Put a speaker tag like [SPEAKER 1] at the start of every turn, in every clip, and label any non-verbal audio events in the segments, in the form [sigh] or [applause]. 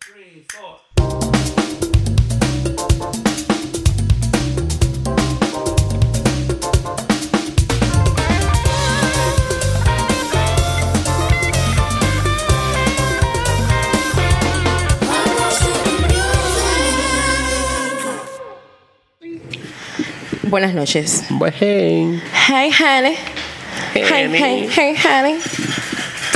[SPEAKER 1] three, four.
[SPEAKER 2] Buenas noches.
[SPEAKER 3] Pues hey.
[SPEAKER 2] Hey, honey.
[SPEAKER 3] Eh,
[SPEAKER 2] Hey, hey, hey, honey.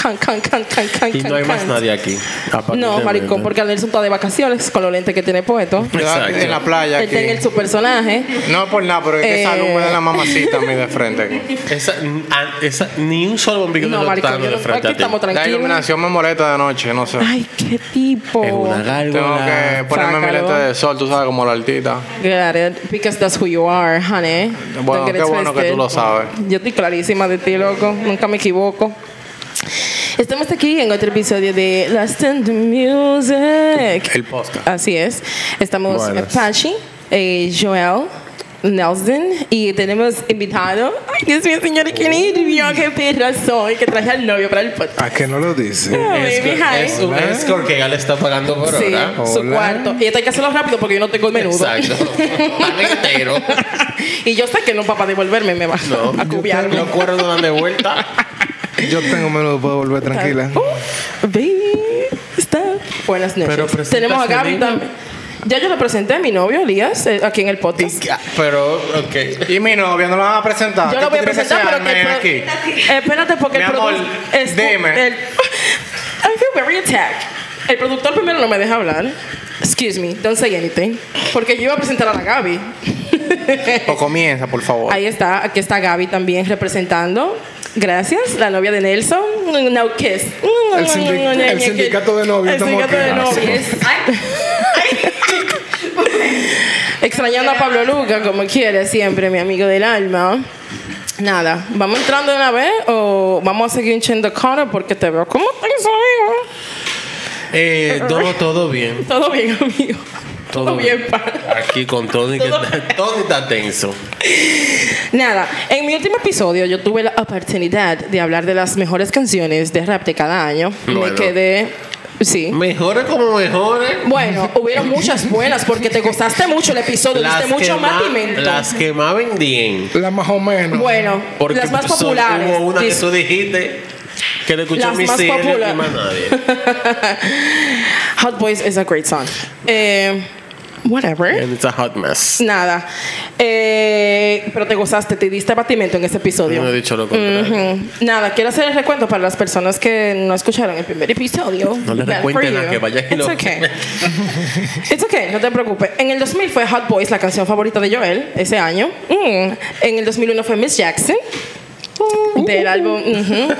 [SPEAKER 2] Con, con, con, con, con,
[SPEAKER 3] Y no hay
[SPEAKER 2] con,
[SPEAKER 3] más
[SPEAKER 2] con.
[SPEAKER 3] nadie aquí. aparte
[SPEAKER 2] No,
[SPEAKER 3] de
[SPEAKER 2] maricón,
[SPEAKER 3] Brenda.
[SPEAKER 2] porque Anderson está de vacaciones con los lentes que tiene puesto.
[SPEAKER 3] Exacto.
[SPEAKER 4] En la playa
[SPEAKER 2] Él
[SPEAKER 4] aquí.
[SPEAKER 2] tiene el- su personaje.
[SPEAKER 4] No es por nada, pero es que esa
[SPEAKER 2] Eh.
[SPEAKER 4] luz me da la mamacita a mí de frente
[SPEAKER 2] [laughs]
[SPEAKER 4] aquí.
[SPEAKER 3] Esa, ah, esa- ni un solo bombillo
[SPEAKER 2] No,
[SPEAKER 3] de
[SPEAKER 2] maricón,
[SPEAKER 3] lotano
[SPEAKER 2] yo
[SPEAKER 3] de
[SPEAKER 2] no-
[SPEAKER 3] frente
[SPEAKER 2] aquí
[SPEAKER 3] a ti.
[SPEAKER 2] estamos
[SPEAKER 4] La
[SPEAKER 2] tranquilos.
[SPEAKER 4] iluminación me molesta de noche, no sé.
[SPEAKER 2] Ay, qué tipo.
[SPEAKER 3] Es una
[SPEAKER 4] Tengo
[SPEAKER 3] gárgola.
[SPEAKER 4] que ponerme mi
[SPEAKER 2] Sácalo.
[SPEAKER 4] lente de sol, tú sabes, como la altita.
[SPEAKER 2] Get it, because that's who you are, honey.
[SPEAKER 4] Bueno,
[SPEAKER 2] Don't get
[SPEAKER 4] qué
[SPEAKER 2] it
[SPEAKER 4] bueno que
[SPEAKER 2] twisted.
[SPEAKER 4] tú lo sabes.
[SPEAKER 2] Yo estoy clarísima de ti, loco. Nunca me equivoco. Estamos aquí en otro episodio de Last in the Music.
[SPEAKER 4] El podcast.
[SPEAKER 2] Así es. Estamos
[SPEAKER 3] Buenas.
[SPEAKER 2] Pachi, eh, Joel, Nelson y tenemos invitado. Ay, Dios mío, señores, qué nervio, qué perra soy, que traje al novio para el podcast.
[SPEAKER 5] ¿A qué no lo dice?
[SPEAKER 2] Oh, baby, hi.
[SPEAKER 3] Es un escort que ya le está pagando por
[SPEAKER 2] Sí,
[SPEAKER 3] hora.
[SPEAKER 2] su
[SPEAKER 5] Hola.
[SPEAKER 2] cuarto. Y esto hay que hacerlo rápido porque yo no tengo el menudo.
[SPEAKER 3] Exacto. Pan entero.
[SPEAKER 2] [laughs] y yo sé que no, papá, devolverme me va
[SPEAKER 3] No.
[SPEAKER 2] a cubiarme.
[SPEAKER 3] Los cuernos no dan de vuelta.
[SPEAKER 5] Yo tengo menudo, puedo volver tranquila.
[SPEAKER 2] Uh, baby, está. Buenas
[SPEAKER 3] Pero
[SPEAKER 2] noches.
[SPEAKER 3] presentas
[SPEAKER 2] Tenemos a
[SPEAKER 3] el
[SPEAKER 2] Gaby
[SPEAKER 3] niño.
[SPEAKER 2] también. Ya yo lo presenté a mi novio, Elías, eh, aquí en el podcast.
[SPEAKER 3] Pero, ok.
[SPEAKER 4] Y mi novia no la van a
[SPEAKER 2] Yo
[SPEAKER 4] presentar. ¿Qué
[SPEAKER 2] lo voy a
[SPEAKER 4] tú quieres
[SPEAKER 2] presentar, pero que.
[SPEAKER 4] sea men
[SPEAKER 2] el pro- Eh,
[SPEAKER 4] aquí.
[SPEAKER 2] Espérate, porque
[SPEAKER 4] Mi
[SPEAKER 2] el
[SPEAKER 4] amor,
[SPEAKER 2] produ- es-
[SPEAKER 4] dime.
[SPEAKER 2] el- [laughs] I feel very attacked. El productor primero no me deja hablar. Excuse me, don't say anything. Porque yo iba a presentar a la Gaby.
[SPEAKER 4] O comienza, por favor.
[SPEAKER 2] Ahí está, aquí está Gaby también representando. Gracias, la novia de Nelson. Now kiss.
[SPEAKER 5] El sindic- el sindicato de novios,
[SPEAKER 2] El sindicato de
[SPEAKER 5] estamos aquí.
[SPEAKER 2] novios. [laughs] Extrañando a Pablo Luca, como quiere siempre, mi amigo del alma. Nada, ¿vamos entrando de una vez o vamos a seguir hinchando cara? Porque te veo como tan amigo.
[SPEAKER 3] Eh, todo, todo bien.
[SPEAKER 2] Todo bien, amigo. Todo, bien, pa.
[SPEAKER 3] Aquí con Tony, que está, Tony está tenso.
[SPEAKER 2] Nada, en mi último episodio yo tuve la oportunidad de hablar de las mejores canciones de rap de cada año. Me
[SPEAKER 3] Bueno.
[SPEAKER 2] quedé. Sí.
[SPEAKER 3] Mejores como mejores.
[SPEAKER 2] Bueno, hubieron muchas buenas porque te gustaste mucho el episodio, diste mucho más pimento.
[SPEAKER 3] las que más vendían.
[SPEAKER 5] La más o menos.
[SPEAKER 2] Bueno,
[SPEAKER 3] Porque
[SPEAKER 2] las más
[SPEAKER 3] son-
[SPEAKER 2] populares.
[SPEAKER 3] hubo una que
[SPEAKER 2] Dis-
[SPEAKER 3] tú dijiste que le escuchó
[SPEAKER 2] Las
[SPEAKER 3] mi
[SPEAKER 2] más
[SPEAKER 3] serie
[SPEAKER 2] populares.
[SPEAKER 3] y más nadie.
[SPEAKER 2] Hot Boys is a great song. Eh, whatever.
[SPEAKER 3] And it's a hot mess.
[SPEAKER 2] Nada. Eh, pero te gozaste, te diste abatimiento en ese episodio.
[SPEAKER 3] No he dicho lo contrario.
[SPEAKER 2] Ujú. Nada, quiero hacer el recuento para las personas que no escucharon el primer episodio.
[SPEAKER 3] No le
[SPEAKER 2] Bad
[SPEAKER 3] recuenten
[SPEAKER 2] for
[SPEAKER 3] a
[SPEAKER 2] you.
[SPEAKER 3] que vayan y
[SPEAKER 2] It's
[SPEAKER 3] lo- [laughs]
[SPEAKER 2] okay. [laughs] It's okay, no te preocupes. En el 2000 fue Hot Boys, la canción favorita de Joel, ese año. Mm. En el 2001 fue Miss Jackson, del álbum... ujú.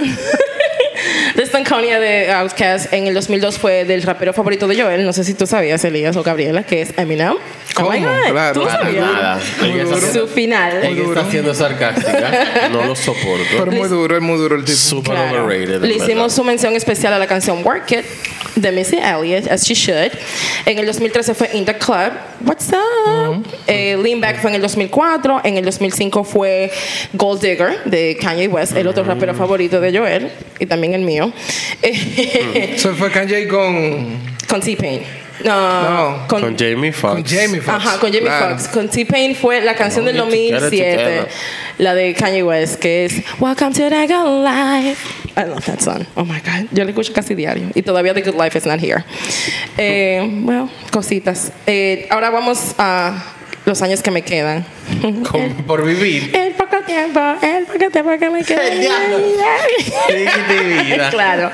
[SPEAKER 2] De Stanconia de Outkast en el 2002 fue del rapero favorito de Joel. No sé si tú sabías, Elías o Gabriela, que es Eminem.
[SPEAKER 5] ¿Cómo?
[SPEAKER 2] Oh my God,
[SPEAKER 5] Claro,
[SPEAKER 2] ¿Tú lo
[SPEAKER 5] para
[SPEAKER 2] sabías?
[SPEAKER 3] nada. Ella está,
[SPEAKER 2] Su final.
[SPEAKER 3] ella está
[SPEAKER 2] [laughs]
[SPEAKER 3] siendo sarcástica. No lo soporto.
[SPEAKER 5] Pero muy duro, es muy duro el tipo.
[SPEAKER 3] Super
[SPEAKER 2] Claro.
[SPEAKER 3] overrated.
[SPEAKER 2] Le
[SPEAKER 3] en
[SPEAKER 2] hicimos su mención especial a la canción Work It de Missy Elliott, as she should. En el 2013 fue In the Club, What's
[SPEAKER 3] Mm-hmm.
[SPEAKER 2] Up? Eh, Lean Back fue en el 2004. En el 2005 fue Gold Digger de Kanye West, el
[SPEAKER 3] Mm-hmm.
[SPEAKER 2] otro rapero favorito de Joel y también el mío. [laughs] Eh,
[SPEAKER 3] Mm.
[SPEAKER 5] Se fue Kanye con,
[SPEAKER 2] Con T-Pain. No,
[SPEAKER 5] No,
[SPEAKER 3] verdad. Con Jamie Foxx.
[SPEAKER 5] con Jamie Foxx.
[SPEAKER 2] Ajá, con Jamie
[SPEAKER 5] Claro.
[SPEAKER 2] Foxx. Con T-Pain fue la canción del
[SPEAKER 3] No, get together,
[SPEAKER 2] 2007,
[SPEAKER 3] together.
[SPEAKER 2] la de Kanye West, que es Welcome to the Good Life. I love that song. Oh my God. Yo la escucho casi diario. Y todavía The Good Life is not here. Eh, bueno, cositas. Eh, ahora vamos a los años que me quedan. [laughs]
[SPEAKER 3] Con- por vivir.
[SPEAKER 2] El poco tiempo, el poco tiempo que me queda.
[SPEAKER 3] El diablo. De
[SPEAKER 2] [laughs]
[SPEAKER 3] vida.
[SPEAKER 2] claro.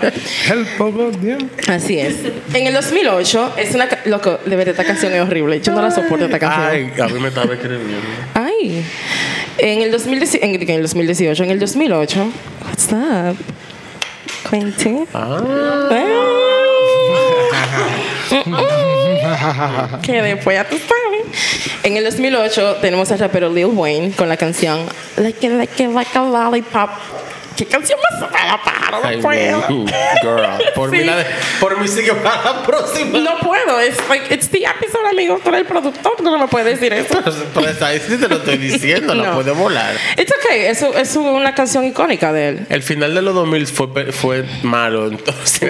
[SPEAKER 5] El poco tiempo.
[SPEAKER 2] Así es. En el 2008, es una. ca- Loco, de verdad, esta canción es horrible. Yo no la soporto, esta canción.
[SPEAKER 3] Ay, a mí me estaba escribiendo.
[SPEAKER 2] Ay. En el, 2018, en, en el 2018, en el 2008. What's up? Quentin. [laughs] Ah. que después ya tú sabes. En el 2008 tenemos al rapero Lil Wayne con la canción Like a, like a, like a lollipop. ¿Qué canción más rara, pájaro? No
[SPEAKER 3] Ay,
[SPEAKER 2] puedo.
[SPEAKER 3] uh, girl. Por
[SPEAKER 2] Oh, Sí.
[SPEAKER 3] mí la de, por mí sigue para la próxima.
[SPEAKER 2] No puedo. Es like, it's the episode, amigo. Tú eres el productor. No me puedes decir [laughs] eso.
[SPEAKER 3] Pero, pero está ahí sí te lo estoy diciendo, no,
[SPEAKER 2] No.
[SPEAKER 3] puede volar.
[SPEAKER 2] It's okay. Es, es una canción icónica de él.
[SPEAKER 3] El final de los 2000 fue, pe- fue malo, entonces.
[SPEAKER 5] sí,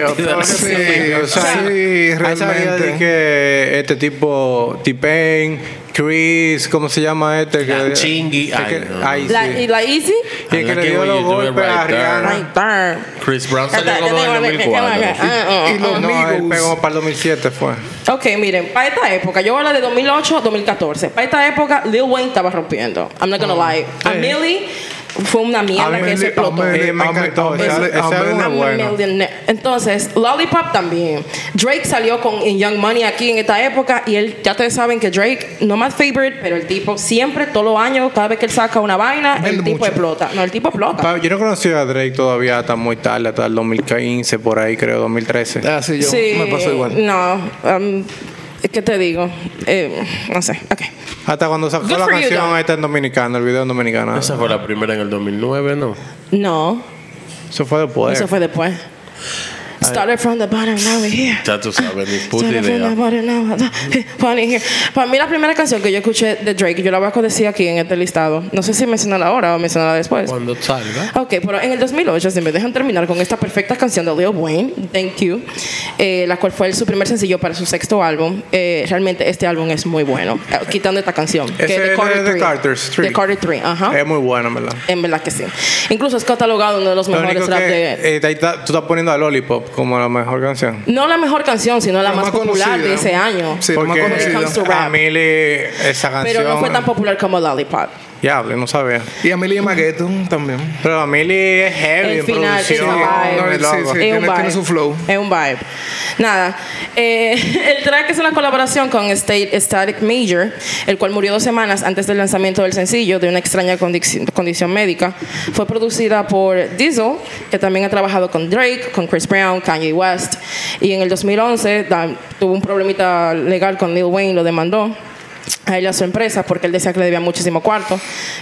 [SPEAKER 5] o sea, sí,
[SPEAKER 4] Ahí sabía de
[SPEAKER 5] realmente.
[SPEAKER 4] que este tipo, T-Pain, Chris, ¿cómo se llama este? Que,
[SPEAKER 3] La Chingui,
[SPEAKER 4] que-
[SPEAKER 3] ay,
[SPEAKER 4] que-
[SPEAKER 3] no.
[SPEAKER 4] ay,
[SPEAKER 2] La,
[SPEAKER 4] sí.
[SPEAKER 2] y la Easy.
[SPEAKER 4] Y el
[SPEAKER 3] Like
[SPEAKER 4] que le
[SPEAKER 3] it
[SPEAKER 4] dio
[SPEAKER 3] when
[SPEAKER 4] los
[SPEAKER 3] you do it
[SPEAKER 4] golpes a
[SPEAKER 3] right there.
[SPEAKER 4] Rihanna.
[SPEAKER 2] Right there.
[SPEAKER 3] Chris Brown
[SPEAKER 2] Ah,
[SPEAKER 3] salió en
[SPEAKER 2] ah,
[SPEAKER 3] el
[SPEAKER 2] ah,
[SPEAKER 3] 2004.
[SPEAKER 2] ah,
[SPEAKER 5] Y
[SPEAKER 2] ah.
[SPEAKER 5] los
[SPEAKER 4] No, él
[SPEAKER 5] Migos.
[SPEAKER 4] pegó para el 2007 fue.
[SPEAKER 2] Ok, miren, para esta época, yo voy a hablar de 2008, 2014. Para esta época, Lil Wayne estaba rompiendo. I'm not gonna lie. A Millie fue una mierda que se explotó.
[SPEAKER 4] Eh, me encantó, ese- ese álbum
[SPEAKER 2] I'm a millionaire. Entonces, Lollipop también. Drake salió con In Young Money aquí en esta época y él, ya ustedes saben que Drake, no más favorite, pero el tipo siempre, todos los años, cada vez que él saca una vaina, el
[SPEAKER 5] Vende
[SPEAKER 2] tipo
[SPEAKER 5] mucho.
[SPEAKER 2] explota. No, el tipo explota.
[SPEAKER 4] Pa- Yo no conocí a Drake todavía hasta muy tarde, hasta el 2015, por ahí creo, 2013.
[SPEAKER 5] Ah, sí, yo
[SPEAKER 2] sí,
[SPEAKER 5] me pasó igual.
[SPEAKER 2] No, um, ¿qué te digo? Eh, no sé, ok.
[SPEAKER 4] Hasta cuando sacó
[SPEAKER 2] Good
[SPEAKER 4] la
[SPEAKER 2] for you,
[SPEAKER 4] canción
[SPEAKER 2] though.
[SPEAKER 4] esta en dominicano, el video en dominicano.
[SPEAKER 3] Esa fue la primera en el 2009, ¿no?
[SPEAKER 2] No,
[SPEAKER 4] Eso fue después.
[SPEAKER 2] eso fue después. Started from the bottom, now we're here.
[SPEAKER 3] Ya tú sabes, ni puta
[SPEAKER 2] Started from the
[SPEAKER 3] idea.
[SPEAKER 2] bottom, now we're funny here. Para mí la primera canción que yo escuché de Drake, yo la voy a decir aquí en este listado. No sé si mencionarla ahora o mencionarla después.
[SPEAKER 3] Cuando salga.
[SPEAKER 2] Ok, pero en el 2008, si me dejan terminar con esta perfecta canción de Lil Wayne, Thank You, eh, la cual fue su primer sencillo para su sexto álbum, eh, realmente este álbum es muy bueno, eh, quitando esta canción.
[SPEAKER 4] Ese es de- de
[SPEAKER 2] Three.
[SPEAKER 4] Carter's Three. Eh.
[SPEAKER 2] De Carter 3, ajá.
[SPEAKER 4] Es muy buena, en ¿verdad?
[SPEAKER 2] en verdad que sí. Incluso es catalogado uno de los
[SPEAKER 4] Lo
[SPEAKER 2] mejores
[SPEAKER 4] único
[SPEAKER 2] rap
[SPEAKER 4] que
[SPEAKER 2] de...
[SPEAKER 4] eh, ahí está- tú estás poniendo a Lollipop como la mejor canción.
[SPEAKER 2] no la mejor canción, sino la,
[SPEAKER 5] La
[SPEAKER 2] más,
[SPEAKER 5] más
[SPEAKER 2] popular de
[SPEAKER 5] conocida.
[SPEAKER 2] ese año.
[SPEAKER 5] Sí, la más
[SPEAKER 4] Porque
[SPEAKER 5] conocida.
[SPEAKER 2] Comes to
[SPEAKER 4] a
[SPEAKER 2] rap.
[SPEAKER 4] Miley esa canción.
[SPEAKER 2] Pero no fue tan popular como Lollipop.
[SPEAKER 4] Ya hablé, no sabía.
[SPEAKER 5] Y Amelia Magueto también.
[SPEAKER 4] Pero a Miley es heavy
[SPEAKER 2] El
[SPEAKER 4] en
[SPEAKER 2] final es
[SPEAKER 4] producción.
[SPEAKER 2] una vibe.
[SPEAKER 4] no,
[SPEAKER 5] No,
[SPEAKER 4] es
[SPEAKER 5] sí,
[SPEAKER 4] loco.
[SPEAKER 5] sí.
[SPEAKER 2] es un
[SPEAKER 5] tiene-
[SPEAKER 2] vibe.
[SPEAKER 5] tiene su flow.
[SPEAKER 2] Es un vibe. Nada. Eh, [laughs] el track es una colaboración con State Static Major, el cual murió dos semanas antes del lanzamiento del sencillo de una extraña condic- condición médica. Fue producida por Diesel, que también ha trabajado con Drake, con Chris Brown, Kanye West. Y en el 2011 da- tuvo un problemita legal con Lil Wayne, lo demandó a él y a su empresa porque él decía que le debía muchísimo cuarto.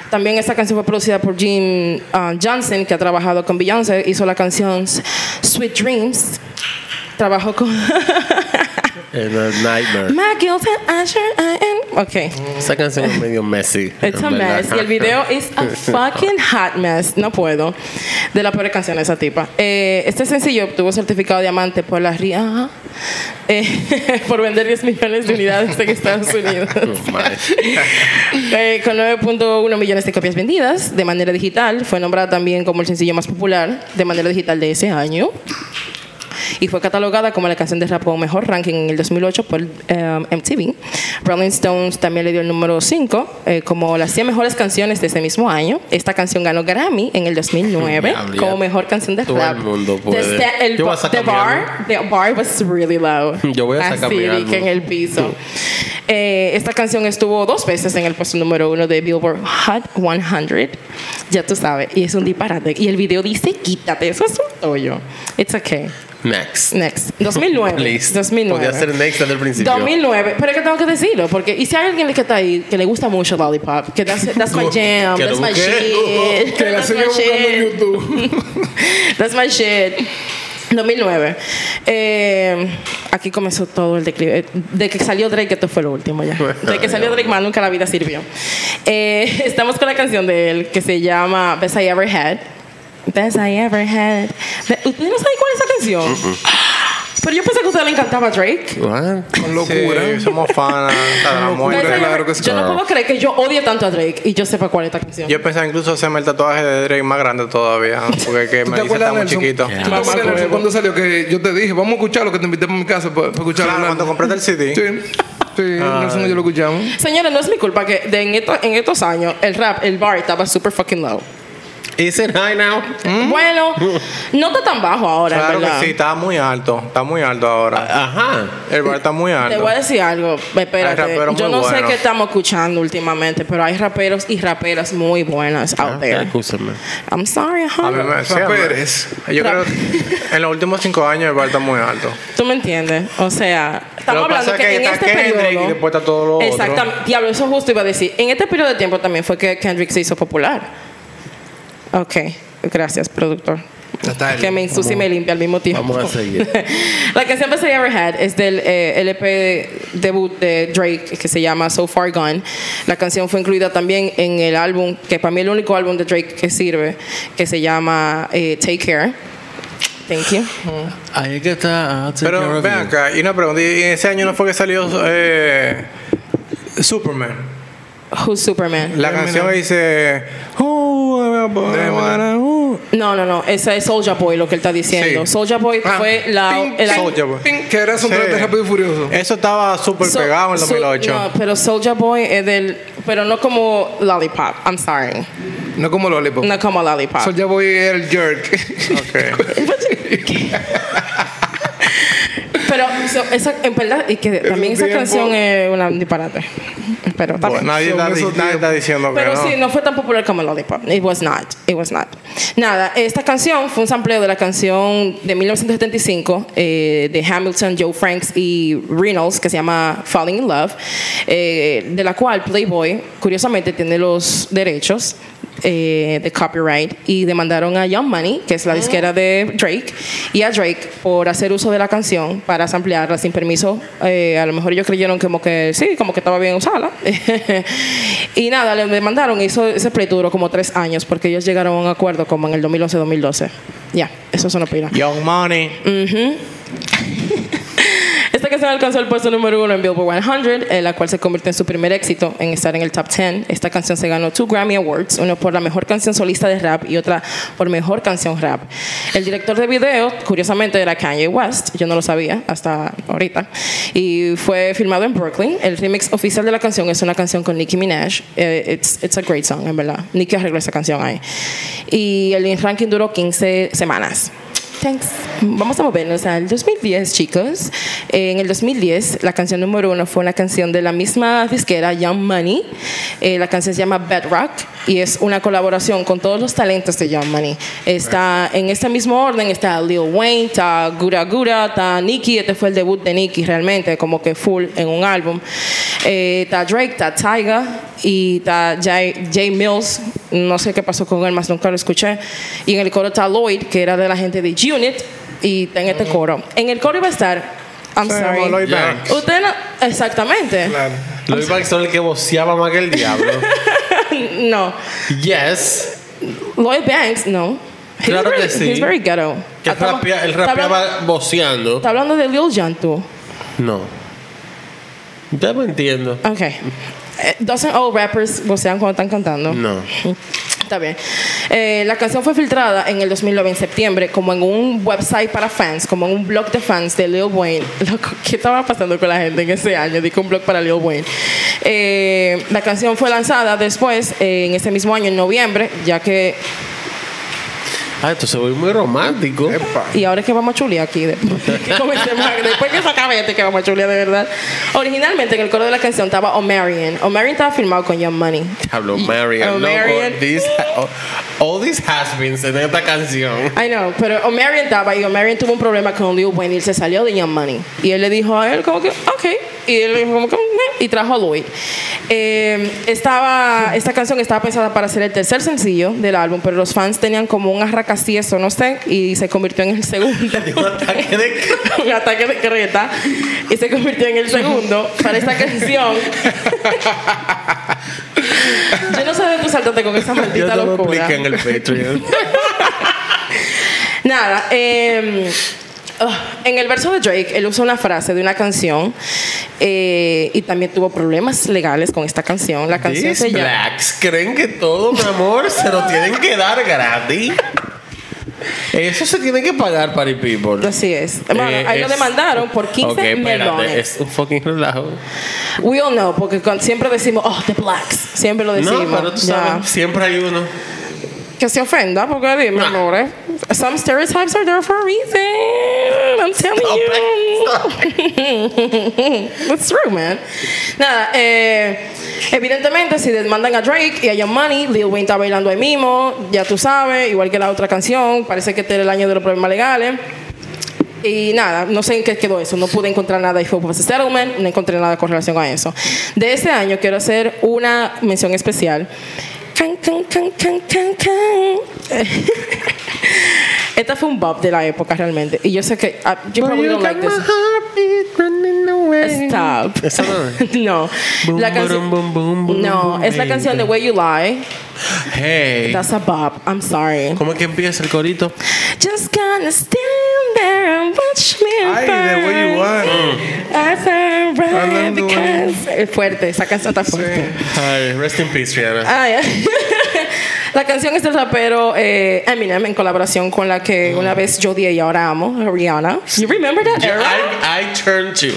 [SPEAKER 2] También esta canción fue producida por Jim ah, Johnson, que ha trabajado con Beyoncé, hizo la canción S- Sweet Dreams. Trabajó
[SPEAKER 3] [laughs]
[SPEAKER 2] con
[SPEAKER 3] En el Nightmare.
[SPEAKER 2] My Guilt and Usher I am. Ok.
[SPEAKER 3] Esa canción es medio messy.
[SPEAKER 2] It's
[SPEAKER 3] en
[SPEAKER 2] a
[SPEAKER 3] verdad.
[SPEAKER 2] mess. Y el video is
[SPEAKER 3] [laughs]
[SPEAKER 2] a fucking hot mess. No puedo. De la peor canción de esa tipa. Eh, este sencillo obtuvo certificado diamante por la RIA eh, [laughs] por vender 10 millones de unidades en Estados
[SPEAKER 3] [laughs]
[SPEAKER 2] Unidos.
[SPEAKER 3] Oh, my.
[SPEAKER 2] [laughs] Eh, con 9.1 millones de copias vendidas de manera digital. Fue nombrada también como el sencillo más popular de manera digital de ese año. Y fue catalogada como la canción de rap con mejor ranking en el 2008 por eh, MTV. Rolling Stones también le dio el número 5 como las 100 mejores canciones de ese mismo año. Esta canción ganó Grammy en el 2009
[SPEAKER 3] [laughs] Diablo,
[SPEAKER 2] como
[SPEAKER 3] ya
[SPEAKER 2] mejor canción de
[SPEAKER 3] todo
[SPEAKER 2] rap.
[SPEAKER 3] el mundo puede.
[SPEAKER 2] The sta- el
[SPEAKER 3] Yo voy a
[SPEAKER 2] ba-
[SPEAKER 3] sacar
[SPEAKER 2] the
[SPEAKER 3] mi
[SPEAKER 2] bar, the bar was really low.
[SPEAKER 3] [laughs] Yo voy a sacar
[SPEAKER 2] Así
[SPEAKER 3] mi
[SPEAKER 2] di que en
[SPEAKER 3] álbum.
[SPEAKER 2] el piso. Eh, esta canción estuvo dos veces en el puesto número uno de Billboard Hot 100. Ya tú sabes. Y es un disparate. Y el video dice, quítate, eso es un tollo. It's okay.
[SPEAKER 3] Next.
[SPEAKER 2] Next.
[SPEAKER 3] [laughs]
[SPEAKER 2] 2009.
[SPEAKER 3] Please.
[SPEAKER 2] 2009.
[SPEAKER 3] Podía ser next desde el principio.
[SPEAKER 2] 2009, pero es que tengo que decirlo, porque y si hay alguien que está ahí que le gusta mucho Lollipop, que that's, that's
[SPEAKER 5] [laughs]
[SPEAKER 2] my jam,
[SPEAKER 3] Que lo
[SPEAKER 2] that's my
[SPEAKER 3] busque.
[SPEAKER 2] shit,
[SPEAKER 5] Que la
[SPEAKER 2] that's my
[SPEAKER 5] sigue buscando en
[SPEAKER 2] shit.
[SPEAKER 5] YouTube.
[SPEAKER 2] [laughs] That's my shit. 2009. Eh, aquí comenzó todo el declive. Eh, De que salió Drake, esto fue lo último ya. De que salió Drake, más nunca la vida sirvió. Eh, [laughs] estamos con la canción de él que se llama Best I Ever Had. Best I Ever Had. Be- ¿Ustedes no saben cuál es esa canción? Pero yo pensé que a ustedes le encantaba Drake.
[SPEAKER 3] What?
[SPEAKER 5] Con
[SPEAKER 4] Sí,
[SPEAKER 5] locura.
[SPEAKER 4] somos fans hasta la
[SPEAKER 5] Locura.
[SPEAKER 4] muerte.
[SPEAKER 2] Best I
[SPEAKER 5] claro
[SPEAKER 2] Ever-
[SPEAKER 5] que sí.
[SPEAKER 2] Yo no puedo creer que yo odie tanto a Drake y yo sepa cuál es esta canción.
[SPEAKER 4] Yo pensaba incluso hacerme el tatuaje de Drake más grande todavía, porque que
[SPEAKER 5] [laughs] ¿Tú
[SPEAKER 4] me
[SPEAKER 5] te acuerdas,
[SPEAKER 4] dice está muy
[SPEAKER 5] Nelson?
[SPEAKER 4] chiquito.
[SPEAKER 5] ¿Tú te acuerdas, Nelson, cuando salió que yo te dije, vamos a escuchar lo que te invité para mi casa para, para escucharlo?
[SPEAKER 4] Claro, cuando compraste el CD.
[SPEAKER 5] Sí, sí, Nelson y yo lo escuchamos.
[SPEAKER 2] Señores, no es mi culpa que de en, esto- en estos años el rap, el bar estaba super fucking low.
[SPEAKER 3] Is it high now?
[SPEAKER 4] [laughs]
[SPEAKER 2] Bueno, no está tan bajo ahora, en
[SPEAKER 4] ¿Mm? Claro
[SPEAKER 2] ¿verdad?
[SPEAKER 4] que sí, está muy alto, está muy alto ahora.
[SPEAKER 3] Ah, Ajá.
[SPEAKER 4] El bar está muy
[SPEAKER 2] Te
[SPEAKER 4] alto.
[SPEAKER 2] voy a decir algo, espérate.
[SPEAKER 4] Hay raperos
[SPEAKER 2] Yo
[SPEAKER 4] muy
[SPEAKER 2] no sé
[SPEAKER 4] buenos.
[SPEAKER 2] qué estamos escuchando últimamente, pero hay raperos y raperas muy buenas out there.
[SPEAKER 3] Escúchame.
[SPEAKER 2] I'm sorry,
[SPEAKER 4] Ah, A mí
[SPEAKER 2] honey.
[SPEAKER 4] me sí, a mí-
[SPEAKER 5] Pérez.
[SPEAKER 4] Yo creo que en los últimos cinco años el bar está muy alto.
[SPEAKER 2] Tú me entiendes. O sea,
[SPEAKER 4] Lo
[SPEAKER 2] estamos
[SPEAKER 4] que
[SPEAKER 2] hablando
[SPEAKER 4] pasa
[SPEAKER 2] que,
[SPEAKER 4] es que
[SPEAKER 2] en
[SPEAKER 4] está
[SPEAKER 2] este
[SPEAKER 4] Kendrick
[SPEAKER 2] periodo.
[SPEAKER 4] y después está todo lo otro.
[SPEAKER 2] Exactamente. Diablo, eso justo iba a decir. En este periodo de tiempo también fue que Kendrick se hizo popular. Ok. Gracias, productor.
[SPEAKER 5] Natalia,
[SPEAKER 2] Que me ensucia y me limpia al mismo tiempo.
[SPEAKER 3] vamos a seguir.
[SPEAKER 2] [laughs] La canción Best I Ever Had es del eh, LP debut de Drake que se llama So Far Gone. La canción fue incluida también en el álbum, que para mí es el único álbum de Drake que sirve, que se llama eh, Take Care. Thank you.
[SPEAKER 1] Ahí es que está. I'll take care
[SPEAKER 4] Pero
[SPEAKER 1] of
[SPEAKER 4] ven
[SPEAKER 1] you.
[SPEAKER 4] acá, y una pregunta. ¿Y ese año no fue que salió eh, Superman?
[SPEAKER 2] Who's Superman?
[SPEAKER 4] La canción que dice... "Oh, I wanna- oh".
[SPEAKER 2] No, no, no. Esa es Soulja Boy, lo que él está diciendo.
[SPEAKER 4] Sí.
[SPEAKER 2] Soldier Boy
[SPEAKER 5] Ah,
[SPEAKER 2] fue la.
[SPEAKER 5] ping,
[SPEAKER 2] el-
[SPEAKER 5] ping,
[SPEAKER 4] Soulja Boy.
[SPEAKER 5] ping, que era un
[SPEAKER 4] Sí.
[SPEAKER 5] de rápido y furioso.
[SPEAKER 4] Eso estaba súper
[SPEAKER 2] So-
[SPEAKER 4] pegado en el
[SPEAKER 2] so-
[SPEAKER 4] 2008.
[SPEAKER 2] no, pero Soulja Boy es del. Pero no como Lollipop. I'm sorry.
[SPEAKER 5] No como
[SPEAKER 4] Oh.
[SPEAKER 5] Lollipop.
[SPEAKER 2] No como Lollipop.
[SPEAKER 5] Ah.
[SPEAKER 4] [laughs]
[SPEAKER 5] Soulja Boy era el jerk.
[SPEAKER 4] Ok.
[SPEAKER 2] [laughs] Pero so- esa, en verdad, y que también esa
[SPEAKER 5] tiempo-
[SPEAKER 2] canción es una un disparate. Pero también.
[SPEAKER 4] Bueno, Pues nadie,
[SPEAKER 5] Son
[SPEAKER 4] está,
[SPEAKER 5] esos
[SPEAKER 4] nadie
[SPEAKER 5] tiempos.
[SPEAKER 4] está diciendo
[SPEAKER 2] Pero
[SPEAKER 4] que no.
[SPEAKER 2] sí, no fue tan popular como Lollipop. It was not. It was not. Nada, esta canción fue un sampleo de la canción de 1975 eh, de Hamilton, Joe Franks y Reynolds que se llama Falling in Love, eh, de la cual Playboy, curiosamente, tiene los derechos eh, de copyright y demandaron a Young Money, que es la disquera de Drake, y a Drake por hacer uso de la canción para samplearla sin permiso. Eh, a lo mejor ellos creyeron como que sí, como que estaba bien usarla. [laughs] y nada, le demandaron y eso, ese pleito duró como tres años porque ellos llegaron a un acuerdo como en el 2011-2012. Ya, eso es una pila.
[SPEAKER 4] Young Money.
[SPEAKER 2] Esta canción alcanzó el puesto número uno en Billboard 100, eh, la cual se convirtió en su primer éxito en estar en el top 10. Esta canción se ganó two Grammy Awards, uno por la mejor canción solista de rap y otra por mejor canción rap. El director de video, curiosamente, era Kanye West, yo no lo sabía hasta ahorita, y fue filmado en Brooklyn. El remix oficial de la canción es una canción con Nicki Minaj. Eh, it's, it's a great song, en verdad. Nicki arregló esa canción ahí. Y el ranking duró 15 semanas. Thanks. Vamos a movernos al 2010, chicos. Eh, en el 2010, la canción número uno fue una canción de la misma disquera, Young Money. Eh, la canción se llama Bedrock y es una colaboración con todos los talentos de Young Money. Está en este mismo orden, está Lil Wayne, está Gura Gura, está Nicki. Este fue el debut de Nicki realmente, como que full en un álbum. Eh, está Drake, está Tyga y está Jay, Jay Mills. No sé qué pasó con él, más nunca lo escuché. Y en el coro está Lloyd, que era de la gente de Unit, y está en este coro. En el coro iba a estar. I'm
[SPEAKER 4] Se
[SPEAKER 2] sorry.
[SPEAKER 4] llamó Lloyd
[SPEAKER 3] Ya.
[SPEAKER 4] Banks.
[SPEAKER 2] Usted no. Exactamente.
[SPEAKER 5] Claro.
[SPEAKER 3] Los Banks son el que voceaba más que el diablo.
[SPEAKER 1] [laughs]
[SPEAKER 2] no.
[SPEAKER 3] Yes.
[SPEAKER 2] Lloyd Banks, no. He's
[SPEAKER 3] Claro que
[SPEAKER 2] very-
[SPEAKER 3] sí.
[SPEAKER 2] He's very ghetto.
[SPEAKER 3] Que
[SPEAKER 2] Ah,
[SPEAKER 3] él rapea- él
[SPEAKER 2] está hablando-
[SPEAKER 3] rapeaba voceando.
[SPEAKER 2] Está hablando de Lil Jon, tú.
[SPEAKER 3] No. Ya me entiendo.
[SPEAKER 2] Ok. Eh, Doesn't all rappers vocean cuando están cantando?
[SPEAKER 3] No.
[SPEAKER 2] Está bien. Eh, la canción fue filtrada en el 2009, en septiembre, como en un website para fans, como en un blog de fans de Lil Wayne. [laughs] Loco, ¿Qué estaba pasando con la gente en ese año? Dijo un blog para Lil Wayne. Eh, la canción fue lanzada después, eh, en ese mismo año, en noviembre, ya que...
[SPEAKER 3] Ah, esto se ve muy romántico.
[SPEAKER 5] Epa.
[SPEAKER 2] Y ahora es que vamos a chulear aquí. [laughs] Después que, comencemos, después que se acabe este, que vamos a chulear de verdad. Originalmente, en el coro de la canción estaba O'Marion. O'Marion estaba firmado con Young Money.
[SPEAKER 3] Diablo, Marian.
[SPEAKER 2] Oh,
[SPEAKER 3] loco,
[SPEAKER 2] Marian.
[SPEAKER 3] this- all, all these has beens en esta [laughs] canción.
[SPEAKER 2] I know, pero O'Marion estaba y O'Marion tuvo un problema con Lil Wayne y él se salió de Young Money. Y él le dijo a él como que, ok. Y él dijo como que, "Meh", y trajo a Lloyd. Eh, estaba, esta canción estaba pensada para ser el tercer sencillo del álbum, pero los fans tenían como un arracacieso, no sé, y se convirtió en el segundo.
[SPEAKER 3] Un ataque de-
[SPEAKER 2] [laughs] un ataque de creta y se convirtió en el segundo para esta canción. Yo no sé de tú saltaste con esa
[SPEAKER 3] Yo
[SPEAKER 2] maldita
[SPEAKER 3] te lo
[SPEAKER 2] locura.
[SPEAKER 3] explico en
[SPEAKER 2] [laughs]
[SPEAKER 3] el Patreon.
[SPEAKER 2] Nada, eh, ah, en el verso de Drake, él usa una frase de una canción eh, y también tuvo problemas legales con esta canción. La canción
[SPEAKER 3] These
[SPEAKER 2] se llama.
[SPEAKER 3] blacks creen que todo, mi amor, se lo tienen que dar gratis. Eso se tiene que pagar, party people.
[SPEAKER 2] Así es. Bueno,
[SPEAKER 3] Eh,
[SPEAKER 2] ahí lo
[SPEAKER 3] es-
[SPEAKER 2] demandaron por 15
[SPEAKER 3] Ok, espérate,
[SPEAKER 2] millones.
[SPEAKER 3] Es un fucking relajo.
[SPEAKER 2] We all know, porque con- siempre decimos, oh, the blacks. Siempre lo decimos.
[SPEAKER 3] no, pero tú
[SPEAKER 2] ya.
[SPEAKER 3] sabes, siempre hay uno.
[SPEAKER 2] Que se ofenda, porque dime,
[SPEAKER 3] Nah.
[SPEAKER 2] amores. Some stereotypes are there for a reason. I'm telling
[SPEAKER 3] Stop
[SPEAKER 2] you.
[SPEAKER 3] it,
[SPEAKER 2] That's true, man. Nada, eh, evidentemente, si demandan a Drake y a Young Money, Lil Wayne está bailando ahí mismo, ya tú sabes, igual que la otra canción, parece que este era el año de los problemas legales. Y nada, no sé en qué quedó eso. No pude encontrar nada de Hope of a Settlement, no encontré nada con relación a eso. De ese año quiero hacer una mención especial Can, can, can, can, can, can. [laughs] Esta fue un bop de la época realmente. Y yo sé que. ah, you probably don't like this. Stop.
[SPEAKER 1] Esa no es.
[SPEAKER 2] [laughs] no. La
[SPEAKER 1] Boom, boom, boom, boom, boom,
[SPEAKER 2] canción. No,
[SPEAKER 1] boom,
[SPEAKER 2] es la
[SPEAKER 1] baby.
[SPEAKER 2] canción de Where You Lie.
[SPEAKER 1] Hey.
[SPEAKER 2] That's a bop. I'm sorry.
[SPEAKER 1] ¿Cómo es que empieza el corito?
[SPEAKER 2] Just gonna stand there and watch me
[SPEAKER 5] Ay,
[SPEAKER 2] burn.
[SPEAKER 5] de Where You Lie.
[SPEAKER 2] As I burn
[SPEAKER 5] Hablando de-
[SPEAKER 2] because- Es fuerte, esa canción está fuerte.
[SPEAKER 1] Ay, rest in peace, Rihanna.
[SPEAKER 2] Ah, ya. [laughs] la canción es del rapero eh, Eminem en colaboración con la
[SPEAKER 5] Ah.
[SPEAKER 2] que una vez yo odié y ahora amo, Rihanna. You remember that era?
[SPEAKER 1] I, I turn to.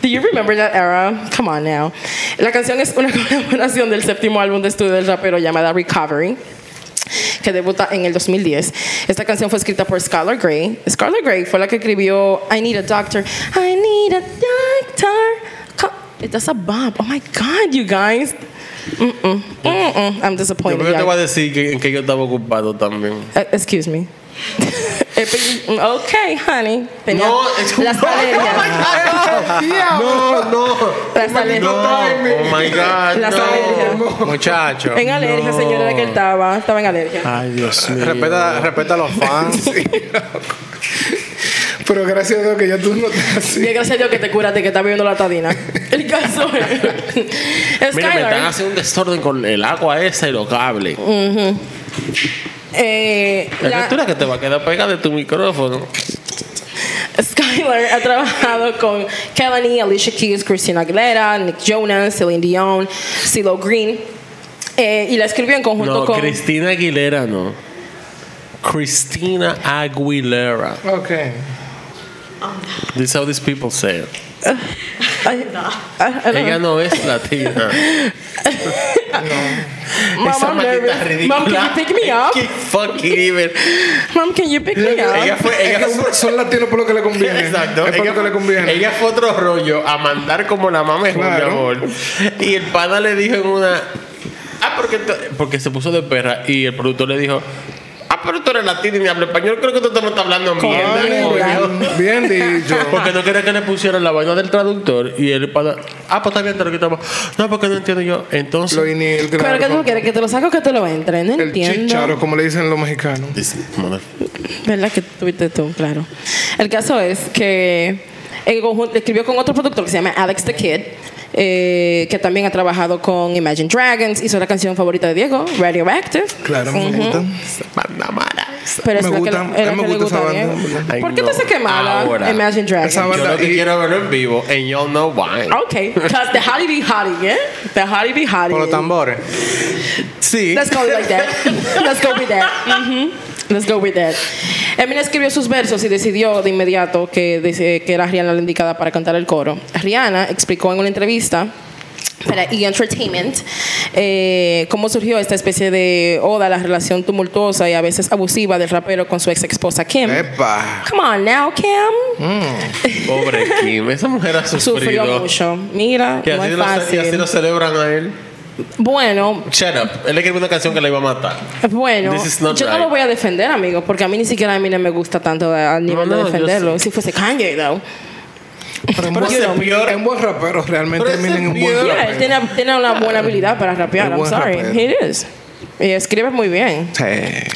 [SPEAKER 2] Do you remember that era? Come on now. La canción es una [laughs] colaboración del séptimo álbum de estudio del rapero llamada Recovery que debuta en el 2010. Esta canción fue escrita por Scarlett Gray. Scarlett Gray fue la que escribió I Need a Doctor. I Need a Doctor. Co- That's a bop. Oh my God, you guys. Mm-mm. Mm-mm. I'm
[SPEAKER 3] Yo
[SPEAKER 2] disappointed.
[SPEAKER 3] primero te
[SPEAKER 2] y'all.
[SPEAKER 3] voy a decir que, en que yo estaba ocupado también.
[SPEAKER 2] Eh, excuse me. [laughs] Eh, pe- ok, honey. Tenía
[SPEAKER 3] No, es-
[SPEAKER 2] las alergias.
[SPEAKER 3] [laughs] No, no.
[SPEAKER 2] Las alergias.
[SPEAKER 3] Oh my [laughs] God.
[SPEAKER 2] Las alergias.
[SPEAKER 4] Muchacho.
[SPEAKER 2] En alergia, señora, era que él estaba. Estaba en alergia.
[SPEAKER 3] Ah,
[SPEAKER 1] Ay, Dios mío.
[SPEAKER 4] Respeta, respeta a
[SPEAKER 1] [laughs]
[SPEAKER 4] los fans.
[SPEAKER 5] [laughs] Pero gracias a Dios que ya tú no estás así.
[SPEAKER 2] Y gracias a Dios que te curaste que está viviendo la
[SPEAKER 3] [laughs]
[SPEAKER 2] tadina. El caso es.
[SPEAKER 3] Mira, me están
[SPEAKER 2] Skylar.
[SPEAKER 3] haciendo un desorden con el agua esa y los cables.
[SPEAKER 2] eh,
[SPEAKER 3] La
[SPEAKER 2] la-
[SPEAKER 3] criatura que te va a quedar pegada de tu micrófono.
[SPEAKER 2] Skylar ha trabajado con Kelly, Alicia Keys, Christina Aguilera, Nick Jonas, Celine Dion, CeeLo Green. Eh, y la escribió en conjunto
[SPEAKER 3] No,
[SPEAKER 2] con.
[SPEAKER 3] Cristina Aguilera no. Cristina Aguilera.
[SPEAKER 5] Ok.
[SPEAKER 3] This is how these people say it.
[SPEAKER 2] Ay, ah, ah,
[SPEAKER 3] Ella no es latina. Esa
[SPEAKER 2] Mom, I'm
[SPEAKER 3] maldita
[SPEAKER 2] nervous. Mom, can you
[SPEAKER 3] ridícula.
[SPEAKER 2] pick me up?
[SPEAKER 3] Qué fucking even.
[SPEAKER 2] Mom, can you pick me up?
[SPEAKER 3] Ella fue, ella
[SPEAKER 5] Es que
[SPEAKER 3] fue-
[SPEAKER 5] son, son latinos por lo que le conviene.
[SPEAKER 3] [laughs] Exacto.
[SPEAKER 5] Es por lo que le conviene.
[SPEAKER 3] ella fue otro rollo a mandar como la mamá es
[SPEAKER 5] Claro.
[SPEAKER 3] amor. Y el pana le dijo en una. Ah, porque, tú- porque se puso de perra. Y el productor le dijo: Ah, pero tú eres latino y me habla español. Creo que tú te me estás hablando mierda. coño".
[SPEAKER 5] Ay, bien, bien dicho.
[SPEAKER 3] [laughs] Porque no quería que le pusieran la vaina del traductor. Y el pana. Ah, pues está bien, te lo quitamos. No, porque no entiendo yo. Entonces.
[SPEAKER 5] Lo ini- el,
[SPEAKER 2] Pero
[SPEAKER 5] claro,
[SPEAKER 2] que tú
[SPEAKER 5] con-
[SPEAKER 2] quieres que te lo saco o que te lo entre, no
[SPEAKER 5] el
[SPEAKER 2] entiendo.
[SPEAKER 5] chicharo, como le dicen los mexicanos.
[SPEAKER 3] Dice, "Mother".
[SPEAKER 2] ¿Verdad que tuviste tú? Claro. El caso es que en conjunto- escribió con otro productor que se llama Alex the Kid, eh, que también ha trabajado con Imagine Dragons, hizo la canción favorita de Diego, Radioactive.
[SPEAKER 5] Claro, me gusta.
[SPEAKER 3] Banda mala.
[SPEAKER 2] Pero
[SPEAKER 5] Me
[SPEAKER 2] es la
[SPEAKER 5] gusta,
[SPEAKER 2] que, es
[SPEAKER 5] a
[SPEAKER 2] la
[SPEAKER 5] mí me
[SPEAKER 2] que le
[SPEAKER 5] gusta
[SPEAKER 2] gusta
[SPEAKER 5] esa
[SPEAKER 2] a Diego.
[SPEAKER 5] banda, en
[SPEAKER 2] ¿Por
[SPEAKER 3] verdad.
[SPEAKER 2] qué
[SPEAKER 3] Ay,
[SPEAKER 2] te
[SPEAKER 3] no.
[SPEAKER 2] hace que mala
[SPEAKER 3] Ahora.
[SPEAKER 2] Imagine Dragons?
[SPEAKER 5] Esa
[SPEAKER 3] Yo
[SPEAKER 5] banda-
[SPEAKER 3] lo que
[SPEAKER 5] y- Ah,
[SPEAKER 3] quiero ver en vivo, and y'all know why.
[SPEAKER 2] Okay, because the hottie be hottie, yeah? The hottie be hottie.
[SPEAKER 4] Por los tambores. Sí.
[SPEAKER 2] Let's go like that. Let's go with that. Mhm. Let's go with that. Eminem escribió sus versos y decidió de inmediato que, dese- que era Rihanna la indicada para cantar el coro. Rihanna explicó en una entrevista para E! Entertainment eh, cómo surgió esta especie de oda a la relación tumultuosa y a veces abusiva del rapero con su ex esposa Kim.
[SPEAKER 5] Epa.
[SPEAKER 2] Come on now, Kim.
[SPEAKER 3] Pobre Kim, esa mujer ha
[SPEAKER 2] Sufrió
[SPEAKER 3] sufrido.
[SPEAKER 2] mucho. Mira,
[SPEAKER 3] Y
[SPEAKER 2] no
[SPEAKER 3] así,
[SPEAKER 2] es
[SPEAKER 3] lo, y así
[SPEAKER 2] fácil.
[SPEAKER 3] lo celebran a él.
[SPEAKER 2] Bueno,
[SPEAKER 3] Shut up. Él escribió una canción que la iba a matar.
[SPEAKER 2] [laughs] Bueno,
[SPEAKER 3] This is not
[SPEAKER 2] yo no
[SPEAKER 3] right.
[SPEAKER 2] lo voy a defender, amigo, porque a mí ni siquiera a mí no me gusta tanto eh, al nivel
[SPEAKER 3] No,
[SPEAKER 2] de
[SPEAKER 3] no, yo
[SPEAKER 2] defenderlo. Si fuese Kanye, though.
[SPEAKER 5] Pero en
[SPEAKER 3] Pero ese
[SPEAKER 5] buen-
[SPEAKER 3] peor-
[SPEAKER 5] en buen rapero, realmente
[SPEAKER 3] Pero ese
[SPEAKER 5] termina en un buen
[SPEAKER 3] peor-
[SPEAKER 2] Yeah, él
[SPEAKER 5] rapero.
[SPEAKER 2] tiene, tiene una buena habilidad para rapear.
[SPEAKER 5] Es
[SPEAKER 2] I'm
[SPEAKER 5] buen
[SPEAKER 2] sorry.
[SPEAKER 5] rapero.
[SPEAKER 2] He is. Y escribe muy bien.
[SPEAKER 5] Sí.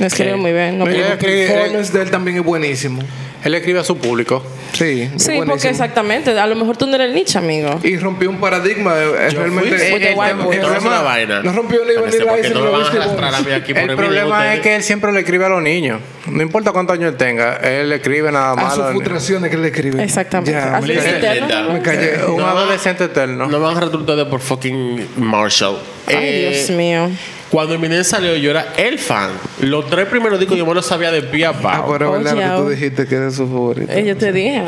[SPEAKER 2] Escribe muy bien. No
[SPEAKER 4] Mira,
[SPEAKER 2] creo.
[SPEAKER 5] El performance de él también es buenísimo.
[SPEAKER 4] Él escribe a su público.
[SPEAKER 5] Sí, es
[SPEAKER 2] sí,
[SPEAKER 5] buenísimo.
[SPEAKER 2] porque exactamente. A lo mejor tú no eres el nicho, amigo.
[SPEAKER 5] Y rompió un paradigma. eh,
[SPEAKER 3] Yo
[SPEAKER 5] realmente.
[SPEAKER 3] fui,
[SPEAKER 5] Eh,
[SPEAKER 2] With the
[SPEAKER 5] eh,
[SPEAKER 2] white boy.
[SPEAKER 5] el
[SPEAKER 3] Entonces,
[SPEAKER 5] problema-
[SPEAKER 3] una vaina.
[SPEAKER 5] No rompió ni
[SPEAKER 3] Parece,
[SPEAKER 5] Vanilla
[SPEAKER 3] porque
[SPEAKER 5] Ice,
[SPEAKER 3] no
[SPEAKER 5] ni
[SPEAKER 3] me van a
[SPEAKER 5] Beastie
[SPEAKER 3] arrastrar a
[SPEAKER 5] Boys.
[SPEAKER 3] mí aquí por
[SPEAKER 4] El
[SPEAKER 3] mí,
[SPEAKER 4] problema es
[SPEAKER 3] ustedes.
[SPEAKER 4] que él siempre le escribe a los niños. No importa cuántos años él tenga, él le escribe nada
[SPEAKER 5] A
[SPEAKER 4] más
[SPEAKER 5] sus
[SPEAKER 4] los niños.
[SPEAKER 5] frustraciones que él escribe.
[SPEAKER 2] Exactamente. Ah,
[SPEAKER 5] Ya,
[SPEAKER 2] Así
[SPEAKER 5] me
[SPEAKER 2] es
[SPEAKER 5] callé.
[SPEAKER 2] eterno,
[SPEAKER 3] linda.
[SPEAKER 2] ¿no?
[SPEAKER 5] Me callé.
[SPEAKER 4] Eh, Un
[SPEAKER 3] No va-
[SPEAKER 4] adolescente eterno.
[SPEAKER 3] No van a arrastrar ustedes por fucking Marshall.
[SPEAKER 2] Ay,
[SPEAKER 3] Eh,
[SPEAKER 2] Dios mío.
[SPEAKER 3] Cuando Eminem salió, yo era el fan. Los tres primeros discos yo me los sabía de pie a
[SPEAKER 5] Ah,
[SPEAKER 3] pao.
[SPEAKER 5] pero es verdad lo que tú
[SPEAKER 2] Oye,
[SPEAKER 5] dijiste que era su favorito.
[SPEAKER 2] Eh, Yo te dije.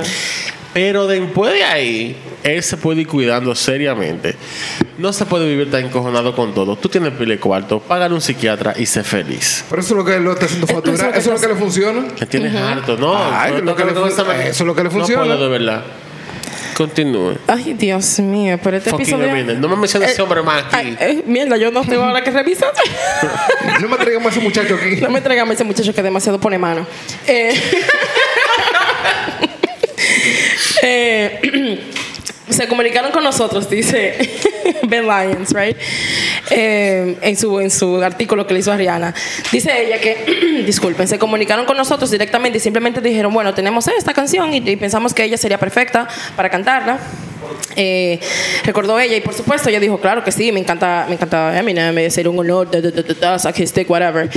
[SPEAKER 3] Pero después de ahí, él se puede ir cuidando seriamente. No se puede vivir tan encojonado con todo. Tú tienes pile cuarto, págale un psiquiatra y sé feliz.
[SPEAKER 5] Pero eso es lo que él lo está haciendo
[SPEAKER 2] Eso es lo
[SPEAKER 5] factura.
[SPEAKER 2] que
[SPEAKER 5] Eso es lo
[SPEAKER 2] está-
[SPEAKER 5] que le funciona.
[SPEAKER 3] Me tienes harto, ¿no?
[SPEAKER 5] Ay,
[SPEAKER 3] no
[SPEAKER 5] lo que
[SPEAKER 3] toques
[SPEAKER 5] le
[SPEAKER 3] con
[SPEAKER 5] fun-
[SPEAKER 3] esa manera.
[SPEAKER 5] eso es lo que le funciona.
[SPEAKER 3] No puedo, de verdad. Continúe.
[SPEAKER 2] Ay, Dios mío. Pero este
[SPEAKER 3] Fucking
[SPEAKER 2] episodio.
[SPEAKER 3] Eminem. No me menciones ese hombre más
[SPEAKER 2] Ay,
[SPEAKER 3] aquí.
[SPEAKER 2] eh, mierda, yo no tengo ahora que
[SPEAKER 3] [laughs]
[SPEAKER 2] revisar.
[SPEAKER 5] No me traigan más a ese muchacho aquí.
[SPEAKER 2] No me traigan a ese muchacho que demasiado pone mano. [laughs] Eh, [clears throat] eh, se comunicaron con nosotros, dice [laughs] Ben Lyons, right? Eh, en, su, en su artículo que le hizo a Rihanna. Dice ella que, [clears throat] disculpen, se comunicaron con nosotros directamente y simplemente dijeron, bueno, tenemos esta canción y, y pensamos que ella sería perfecta para cantarla. Eh, recordó ella y por supuesto ella dijo claro que sí me encanta me encanta Eminem eh, sería un honor da, da, da, da, da, suck his dick, whatever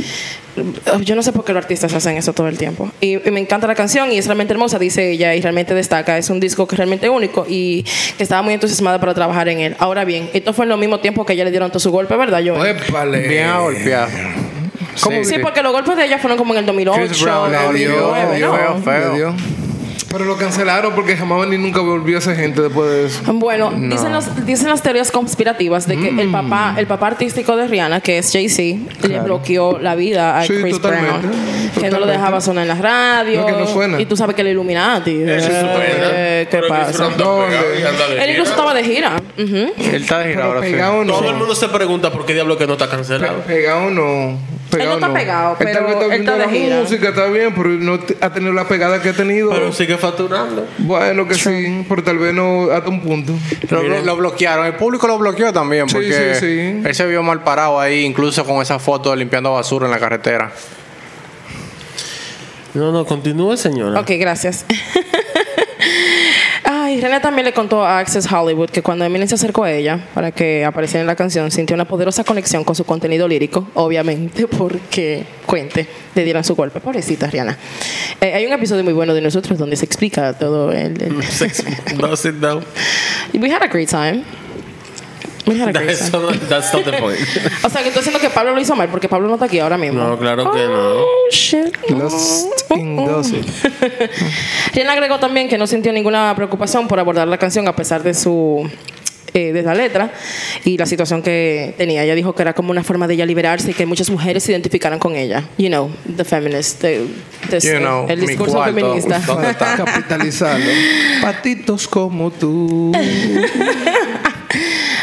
[SPEAKER 2] Oh, yo no sé por qué los artistas hacen eso todo el tiempo y, y me encanta la canción y es realmente hermosa dice ella y realmente destaca es un disco que es realmente único y que estaba muy entusiasmada para trabajar en él ahora bien esto fue en lo mismo tiempo que ella le dieron todo su golpe ¿verdad yo?
[SPEAKER 5] Épale.
[SPEAKER 4] Bien golpeado.
[SPEAKER 5] ¿Cómo
[SPEAKER 2] sí porque los golpes de ella fueron como en el 2008
[SPEAKER 5] Chris Brown le dio,
[SPEAKER 2] 2009,
[SPEAKER 5] le dio,
[SPEAKER 2] ¿no?
[SPEAKER 4] feo.
[SPEAKER 5] le dio. Pero lo cancelaron porque jamás ni nunca volvió esa gente después de eso.
[SPEAKER 2] Bueno, dicen, los- dicen las teorías conspirativas de que el
[SPEAKER 5] Mm.
[SPEAKER 2] papá, el papá artístico de Rihanna, que es Jay-Z, le bloqueó la vida a
[SPEAKER 5] Sí,
[SPEAKER 2] Chris
[SPEAKER 5] totalmente,
[SPEAKER 2] Brown. Que no lo
[SPEAKER 5] totalmente.
[SPEAKER 2] dejaba sonar en la radio.
[SPEAKER 5] No, que no suena.
[SPEAKER 2] Y tú sabes que el Illuminati.
[SPEAKER 3] Eso es
[SPEAKER 2] eh,
[SPEAKER 3] verdad.
[SPEAKER 2] ¿Qué
[SPEAKER 3] Pero Chris
[SPEAKER 2] pasa?
[SPEAKER 3] Brown está
[SPEAKER 5] ¿Dónde?
[SPEAKER 3] pegado y anda de
[SPEAKER 2] Él incluso
[SPEAKER 3] gira.
[SPEAKER 2] estaba de gira. Ujú.
[SPEAKER 4] Él está de gira
[SPEAKER 5] Pero
[SPEAKER 4] ahora. sí.
[SPEAKER 5] pegado no.
[SPEAKER 3] Todo el mundo se pregunta por qué diablo que no está cancelado.
[SPEAKER 5] Pe- Pegado no. Pegado
[SPEAKER 2] está pegado,
[SPEAKER 5] Él tal
[SPEAKER 2] pero
[SPEAKER 5] vez
[SPEAKER 2] él está
[SPEAKER 5] viendo
[SPEAKER 2] de
[SPEAKER 5] la
[SPEAKER 2] gira.
[SPEAKER 5] música, está bien, pero no te- ha tenido la pegada que ha tenido.
[SPEAKER 3] Pero sigue facturando.
[SPEAKER 5] bueno, que sí, pero tal vez no hasta un punto.
[SPEAKER 4] Lo, blo- lo bloquearon, el público lo bloqueó también
[SPEAKER 5] Sí,
[SPEAKER 4] porque
[SPEAKER 5] sí, sí.
[SPEAKER 4] él se vio mal parado ahí, incluso con esa foto de limpiando basura en la carretera.
[SPEAKER 1] No, no, continúe, señora.
[SPEAKER 2] Ok, gracias. [laughs] Ay, René también le contó a Access Hollywood que cuando Eminem se acercó a ella para que apareciera en la canción, sintió una poderosa conexión con su contenido lírico, obviamente, [laughs] porque, cuente, le dieron su golpe. Pobrecita Rihanna. Eh, hay un episodio muy bueno de nosotros donde se explica todo el... el-
[SPEAKER 3] Sex- [laughs] No, sit down.
[SPEAKER 2] [laughs] We had a great time. We had a great
[SPEAKER 3] That's
[SPEAKER 2] time.
[SPEAKER 3] not, that's not the point.
[SPEAKER 2] O sea, que estoy diciendo que Pablo lo hizo mal porque Pablo no está aquí ahora mismo.
[SPEAKER 3] No, claro que no.
[SPEAKER 2] Oh, shit. Rihanna agregó también que no sintió ninguna preocupación por abordar la canción a pesar de su eh, de la letra y la situación que tenía. Ella dijo que era como una forma de ella liberarse y que muchas mujeres se identificaran con ella. You know, the feminist, the- the-
[SPEAKER 4] You know,
[SPEAKER 2] el
[SPEAKER 4] mi
[SPEAKER 2] discurso
[SPEAKER 4] cuarto.
[SPEAKER 2] feminista.
[SPEAKER 4] ¿Dónde está?
[SPEAKER 5] Capitalizarlo. Patitos como tú.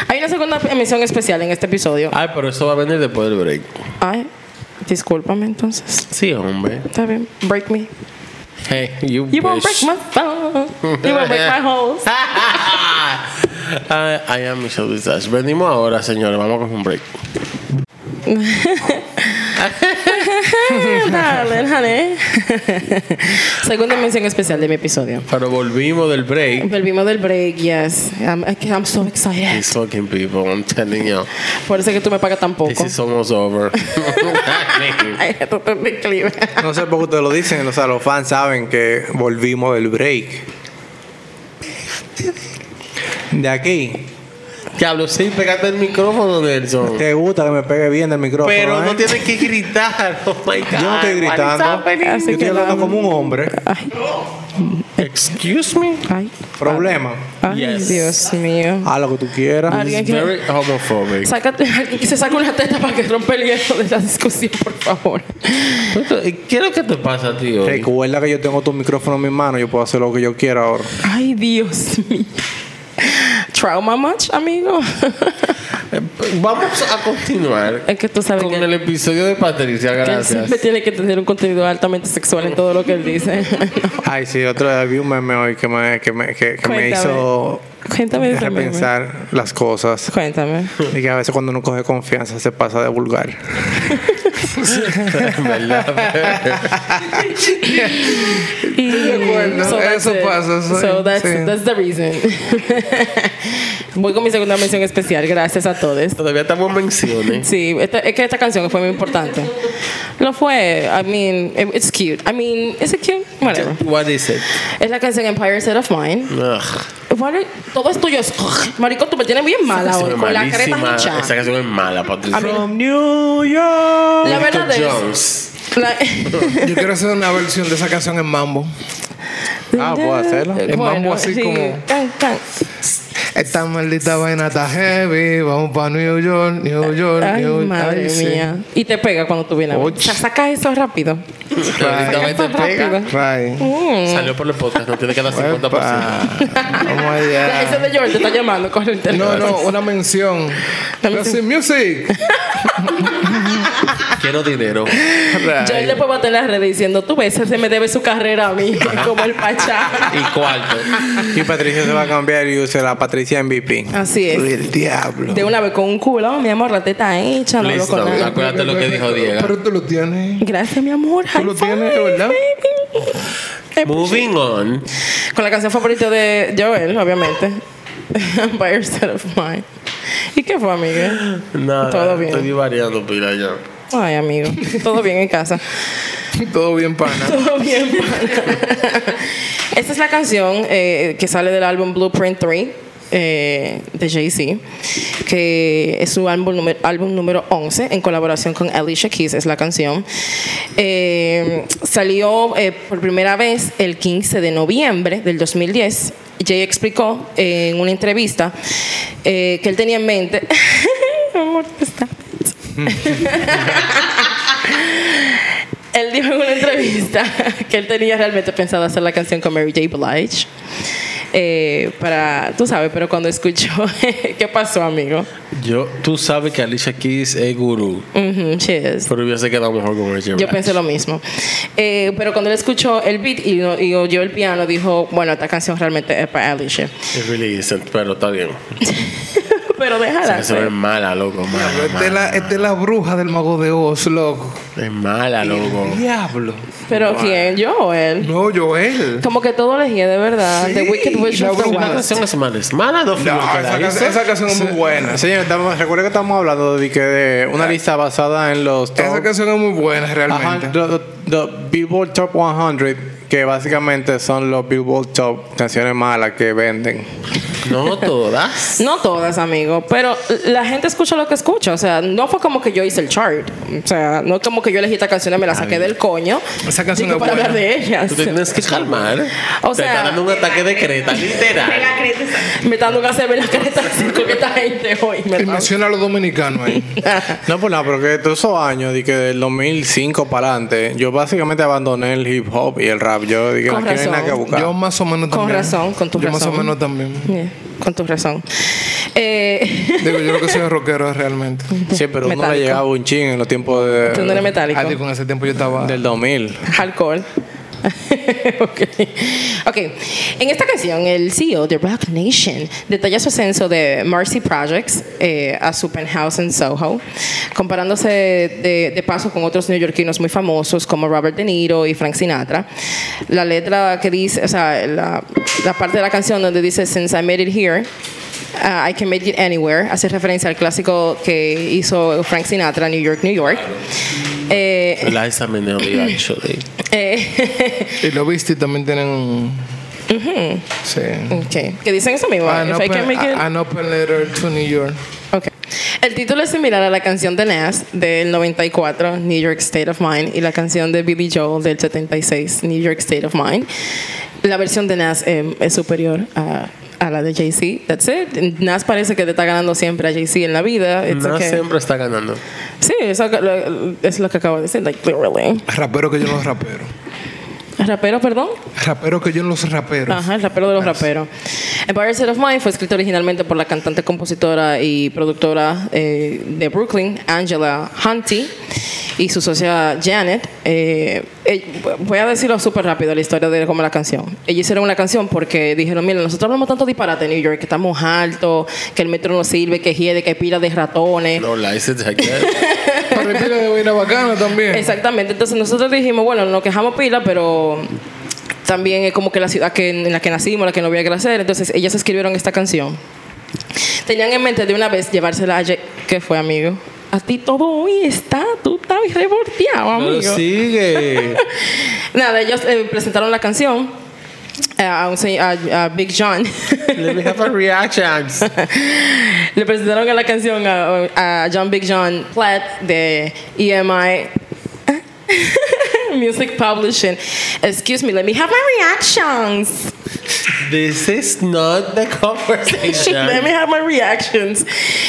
[SPEAKER 2] Hay una segunda emisión especial en este episodio.
[SPEAKER 3] Ay, pero eso va a venir después del break.
[SPEAKER 2] Ay, discúlpame entonces.
[SPEAKER 3] Sí, hombre.
[SPEAKER 2] Está bien, break me.
[SPEAKER 3] Hey, you,
[SPEAKER 2] You won't break
[SPEAKER 3] wish.
[SPEAKER 2] my phone. You won't break my
[SPEAKER 3] [laughs]
[SPEAKER 4] [laughs]
[SPEAKER 2] holes.
[SPEAKER 3] I, I am Michelle Visage. Venimos ahora, señores. Vamos con un break.
[SPEAKER 2] Darling, honey. [laughs] Segunda mención especial de mi episodio.
[SPEAKER 3] Pero volvimos del break.
[SPEAKER 2] Volvimos del break, yes. I'm, I'm so excited.
[SPEAKER 3] These fucking people, I'm telling you.
[SPEAKER 2] Por eso es que tú me pagas tan poco.
[SPEAKER 3] This is almost [laughs] over. I
[SPEAKER 2] Ay, tú te me escribes.
[SPEAKER 4] No sé por qué ustedes lo dicen, o sea, los fans saben que volvimos del break. De aquí.
[SPEAKER 3] mean, Diablo, sí, pégate el micrófono, Nelson.
[SPEAKER 4] Te gusta que me pegue bien el micrófono.
[SPEAKER 3] Pero no
[SPEAKER 4] eh?
[SPEAKER 3] tienes que gritar. Oh my God.
[SPEAKER 4] Yo no estoy gritando. Yo
[SPEAKER 2] Así
[SPEAKER 4] estoy
[SPEAKER 2] que
[SPEAKER 4] hablando
[SPEAKER 2] la-
[SPEAKER 4] como un hombre.
[SPEAKER 3] Excuse me.
[SPEAKER 2] Ay,
[SPEAKER 4] Problema.
[SPEAKER 2] ay,
[SPEAKER 3] Yes.
[SPEAKER 2] Dios mío.
[SPEAKER 4] Haz lo que tú quieras.
[SPEAKER 2] Alguien que,
[SPEAKER 3] Very homophobic.
[SPEAKER 2] sácate, alguien que se saque una teta para que rompa el hielo de la discusión, por favor.
[SPEAKER 3] ¿Qué es lo que te pasa a ti hoy?
[SPEAKER 4] Recuerda que yo tengo tu micrófono en mis manos, yo puedo hacer lo que yo quiera ahora.
[SPEAKER 2] Ay, Dios mío. Trauma much, amigo. [laughs]
[SPEAKER 3] Eh, Vamos a continuar
[SPEAKER 2] es que tú sabes
[SPEAKER 3] con
[SPEAKER 2] que,
[SPEAKER 3] el episodio de Patricia.
[SPEAKER 2] que él
[SPEAKER 3] Gracias.
[SPEAKER 2] siempre tiene que tener un contenido altamente sexual en todo lo que él dice. [laughs]
[SPEAKER 4] Ay, sí, otro día vi un meme hoy que me, que me, que, que me
[SPEAKER 2] Cuéntame.
[SPEAKER 4] hizo
[SPEAKER 2] Cuéntame de ese meme.
[SPEAKER 4] repensar las cosas.
[SPEAKER 2] Cuéntame.
[SPEAKER 4] Y que a veces cuando uno coge confianza se pasa de vulgar.
[SPEAKER 2] Y,
[SPEAKER 5] [laughs] acuerdo.
[SPEAKER 2] that's
[SPEAKER 5] Eso
[SPEAKER 2] it.
[SPEAKER 5] pasa, sí,
[SPEAKER 2] So that's,
[SPEAKER 5] sí.
[SPEAKER 2] that's the reason. [laughs] Voy con mi segunda mención especial. Gracias a todos.
[SPEAKER 3] Todavía estamos en menciones.
[SPEAKER 2] Sí, esta- es que esta canción fue muy importante. Lo fue. I mean, it- it's cute. I mean, is it cute? Whatever.
[SPEAKER 3] [laughs] What is it?
[SPEAKER 2] Es la canción Empire Set of Mine.
[SPEAKER 3] Ugh.
[SPEAKER 2] Vale, todo es tuyo. Es- Marico, tú me tienes bien mala
[SPEAKER 3] Esa
[SPEAKER 2] hoy.
[SPEAKER 3] canción
[SPEAKER 2] Con
[SPEAKER 3] es
[SPEAKER 2] la careta
[SPEAKER 3] malísima.
[SPEAKER 2] hinchada.
[SPEAKER 3] Esa canción es mala, Patricia.
[SPEAKER 4] From New York.
[SPEAKER 2] La
[SPEAKER 3] Elton
[SPEAKER 2] verdad es...
[SPEAKER 3] Jones.
[SPEAKER 2] La,
[SPEAKER 5] Yo quiero hacer una versión de esa canción en mambo.
[SPEAKER 4] Ah,
[SPEAKER 2] [laughs]
[SPEAKER 4] ¿puedo hacerla?
[SPEAKER 5] En mambo así como-
[SPEAKER 2] Can, can.
[SPEAKER 5] Esta maldita vaina está heavy. Vamos para New York, New York,
[SPEAKER 2] Ay,
[SPEAKER 5] New York.
[SPEAKER 2] madre
[SPEAKER 5] Ay, sí.
[SPEAKER 2] mía. Y te pega cuando tú vienes. a ver.
[SPEAKER 5] Och.
[SPEAKER 2] O sea, saca eso rápido.
[SPEAKER 5] Right,
[SPEAKER 2] Eso rápido.
[SPEAKER 5] right.
[SPEAKER 3] Salió por el podcast, no tiene que dar 50%.
[SPEAKER 5] Epa. Vamos allá.
[SPEAKER 2] Ese de George te está llamando, corre el teléfono.
[SPEAKER 5] No, no, una mención.
[SPEAKER 2] La
[SPEAKER 5] Classic Music.
[SPEAKER 3] Quiero dinero.
[SPEAKER 2] Yo después voy a tener las redes diciendo, tú ves, se me debe su carrera a mí, [laughs] como el pachá.
[SPEAKER 3] Y
[SPEAKER 2] [laughs]
[SPEAKER 3] cuarto.
[SPEAKER 4] Y Patricia se va a cambiar y usa la Patricia MVP.
[SPEAKER 2] Así es.
[SPEAKER 4] Uy, el diablo.
[SPEAKER 2] De una vez con un culo, mi amor, la teta hecha, no hablo
[SPEAKER 3] Listo.
[SPEAKER 2] con nada.
[SPEAKER 3] Acuérdate lo que dijo Diego.
[SPEAKER 5] Pero tú lo tienes.
[SPEAKER 2] Gracias, mi amor.
[SPEAKER 5] Tú lo
[SPEAKER 2] High five,
[SPEAKER 5] tienes, ¿verdad?
[SPEAKER 2] baby. Eh,
[SPEAKER 3] Moving on.
[SPEAKER 2] Con la canción favorita de Joel, obviamente. [laughs] By yourself of mine. ¿Y qué fue, amiga?
[SPEAKER 3] Nada.
[SPEAKER 2] Todo bien.
[SPEAKER 3] Estoy variando pila ya.
[SPEAKER 2] Ay, amigo. Todo bien en casa.
[SPEAKER 5] Todo bien, pana.
[SPEAKER 2] Todo bien, pana. [laughs] Esta es la canción eh, que sale del álbum Blueprint 3 eh, de Jay-Z, que es su álbum número, álbum número 11 en colaboración con Alicia Keys, es la canción. Eh, salió eh, por primera vez el 15 de noviembre del 2010. Jay explicó eh, en una entrevista eh, que él tenía en mente... [laughs] Amor, está- Él dijo en una entrevista [laughs] que él tenía realmente pensado hacer la canción con Mary J. Blige. Eh, para, tú sabes, pero cuando escuchó, [laughs] ¿qué pasó, amigo?
[SPEAKER 3] Yo, tú sabes que Alicia Keys es gurú.
[SPEAKER 2] Ujú, she is.
[SPEAKER 3] Pero hubiese quedado mejor con Richard.
[SPEAKER 2] Yo pensé lo mismo. Eh, pero cuando él escuchó el beat y, no- y oyó el piano, dijo, bueno, esta canción realmente es para Alicia.
[SPEAKER 3] It really isn't, pero está bien.
[SPEAKER 2] Pero
[SPEAKER 3] Esa
[SPEAKER 2] déjala.
[SPEAKER 3] canción es mala, loco. Mala,
[SPEAKER 5] Esta es, la,
[SPEAKER 3] mala.
[SPEAKER 5] esta es la bruja del mago de Oz, loco.
[SPEAKER 3] Es mala, loco.
[SPEAKER 5] Diablo.
[SPEAKER 2] Pero ¿quién? Yo o él.
[SPEAKER 5] No, Joel.
[SPEAKER 2] Como que todo elegía de verdad.
[SPEAKER 5] Sí,
[SPEAKER 2] The Wicked Witch
[SPEAKER 5] la
[SPEAKER 2] of the
[SPEAKER 5] bruja.
[SPEAKER 3] La
[SPEAKER 2] West.
[SPEAKER 3] canción es mala. Es mala, no fui yo
[SPEAKER 5] No,
[SPEAKER 3] que la
[SPEAKER 5] esa,
[SPEAKER 3] hice.
[SPEAKER 5] canción- esa canción es muy buena.
[SPEAKER 4] Señor, estamos, recuerda que estamos hablando de, que de
[SPEAKER 2] Ah.
[SPEAKER 4] una lista basada en los top,
[SPEAKER 5] Esa canción es muy buena,
[SPEAKER 4] Ajá,
[SPEAKER 5] realmente.
[SPEAKER 4] the- the Billboard Top 100, que básicamente son los Billboard Top canciones malas que venden.
[SPEAKER 3] No todas.
[SPEAKER 2] No todas, amigo, pero la gente escucha lo que escucha. O sea, no fue como que yo hice el chart. O sea, no es como que yo elegí esta canción y me la saqué del coño.
[SPEAKER 5] Esa canción
[SPEAKER 2] Digo,
[SPEAKER 5] es
[SPEAKER 2] para
[SPEAKER 5] buena.
[SPEAKER 2] hablar de ellas.
[SPEAKER 3] Tú te tienes que calmar.
[SPEAKER 2] O
[SPEAKER 3] te
[SPEAKER 2] sea-
[SPEAKER 3] está dando un ataque de creta, literal.
[SPEAKER 2] [laughs] Me está dando ganas de ver la careta así con esta [laughs] gente hoy. me
[SPEAKER 5] Y
[SPEAKER 2] está-
[SPEAKER 5] menciona a los dominicanos ahí.
[SPEAKER 4] No, pues nada, porque todos esos años, de que del 2005 para adelante, yo básicamente abandoné el hip hop y el rap. Yo dije,
[SPEAKER 2] Con
[SPEAKER 4] aquí no hay
[SPEAKER 2] razón.
[SPEAKER 4] nada que buscar.
[SPEAKER 5] Yo más o menos
[SPEAKER 2] Con
[SPEAKER 5] también.
[SPEAKER 2] razón, con tu
[SPEAKER 5] Yo más
[SPEAKER 2] razón.
[SPEAKER 5] o menos también.
[SPEAKER 2] Yeah, con tu razón. Eh, [laughs]
[SPEAKER 5] Digo, yo lo que soy es rockero realmente.
[SPEAKER 4] sí, pero uno
[SPEAKER 2] Metálico.
[SPEAKER 4] le llegaba un ching en los tiempos
[SPEAKER 2] tú no eres
[SPEAKER 4] de,
[SPEAKER 5] Ah, digo,
[SPEAKER 2] metálico.
[SPEAKER 5] en ese tiempo yo estaba...
[SPEAKER 4] del 2000.
[SPEAKER 2] Alcohol. [laughs] ok. Ok. En esta canción, el CEO de Rock Nation detalla su ascenso de Mercy Projects eh, a su penthouse en Soho, comparándose de, de paso con otros neoyorquinos muy famosos como Robert De Niro y Frank Sinatra. La letra que dice, o sea, la, la parte de la canción donde dice Since I made it here, uh, I can make it anywhere, hace referencia al clásico que hizo Frank Sinatra, New York, New York. Eh,
[SPEAKER 3] Liza Minnelli, actually.
[SPEAKER 2] eh, [laughs]
[SPEAKER 5] Y los Beastie también tienen un... Sí.
[SPEAKER 2] Okay. Que dicen eso mismo.
[SPEAKER 5] An
[SPEAKER 2] If I can
[SPEAKER 5] open,
[SPEAKER 2] make it-
[SPEAKER 5] an open letter to New York.
[SPEAKER 2] Okay. El título es similar a la canción de Nas del 94, New York State of Mind, y la canción de Billy Joel del 76, New York State of Mind. La versión de Nas eh, es superior a, a la de Jay-Z. That's it. Nas parece que te está ganando siempre a Jay-Z en la vida. It's
[SPEAKER 3] No
[SPEAKER 2] okay.
[SPEAKER 3] siempre está ganando.
[SPEAKER 2] Sí, eso lo- es lo que acabo de decir. Like, literally.
[SPEAKER 5] Rapero que yo no los rapero.
[SPEAKER 2] Rapero, perdón.
[SPEAKER 5] Rapero que yo no los raperos.
[SPEAKER 2] Ajá, el rapero de los raperos. Empire State of Mind fue escrito originalmente por la cantante, compositora y productora eh, de Brooklyn, Angela Hunty, y su socia Janet. Eh, eh, voy a decirlo súper rápido la historia de cómo la canción. Ellos hicieron una canción porque dijeron, mira, nosotros hablamos tanto disparate en New York, que estamos altos, que el metro no sirve, que hiede, que hay pila de ratones.
[SPEAKER 3] No, Liza
[SPEAKER 2] [laughs]
[SPEAKER 3] de aquí.
[SPEAKER 5] Pero el pila de vaina bacana también.
[SPEAKER 2] Exactamente. Entonces nosotros dijimos, bueno, nos quejamos pila, pero también es como que la ciudad que, en la que nacimos, la que no había que crecer. Entonces ellas escribieron esta canción. Tenían en mente de una vez llevársela a Ye- ¿Qué fue, amigo? A ti todo hoy está, tú estás revolteado, amigo.
[SPEAKER 4] Pero sigue.
[SPEAKER 2] [laughs] Nada, ellos eh, presentaron la canción eh, a, un se- a- a Big John. [laughs]
[SPEAKER 3] Let me have a reaction.
[SPEAKER 2] [laughs] Le presentaron la canción a, a John Big John Platt de EMI [laughs] Music Publishing. Excuse me, let me have my reactions.
[SPEAKER 3] This is not the
[SPEAKER 2] [laughs] Let me
[SPEAKER 3] conversation.
[SPEAKER 2] have my reactions.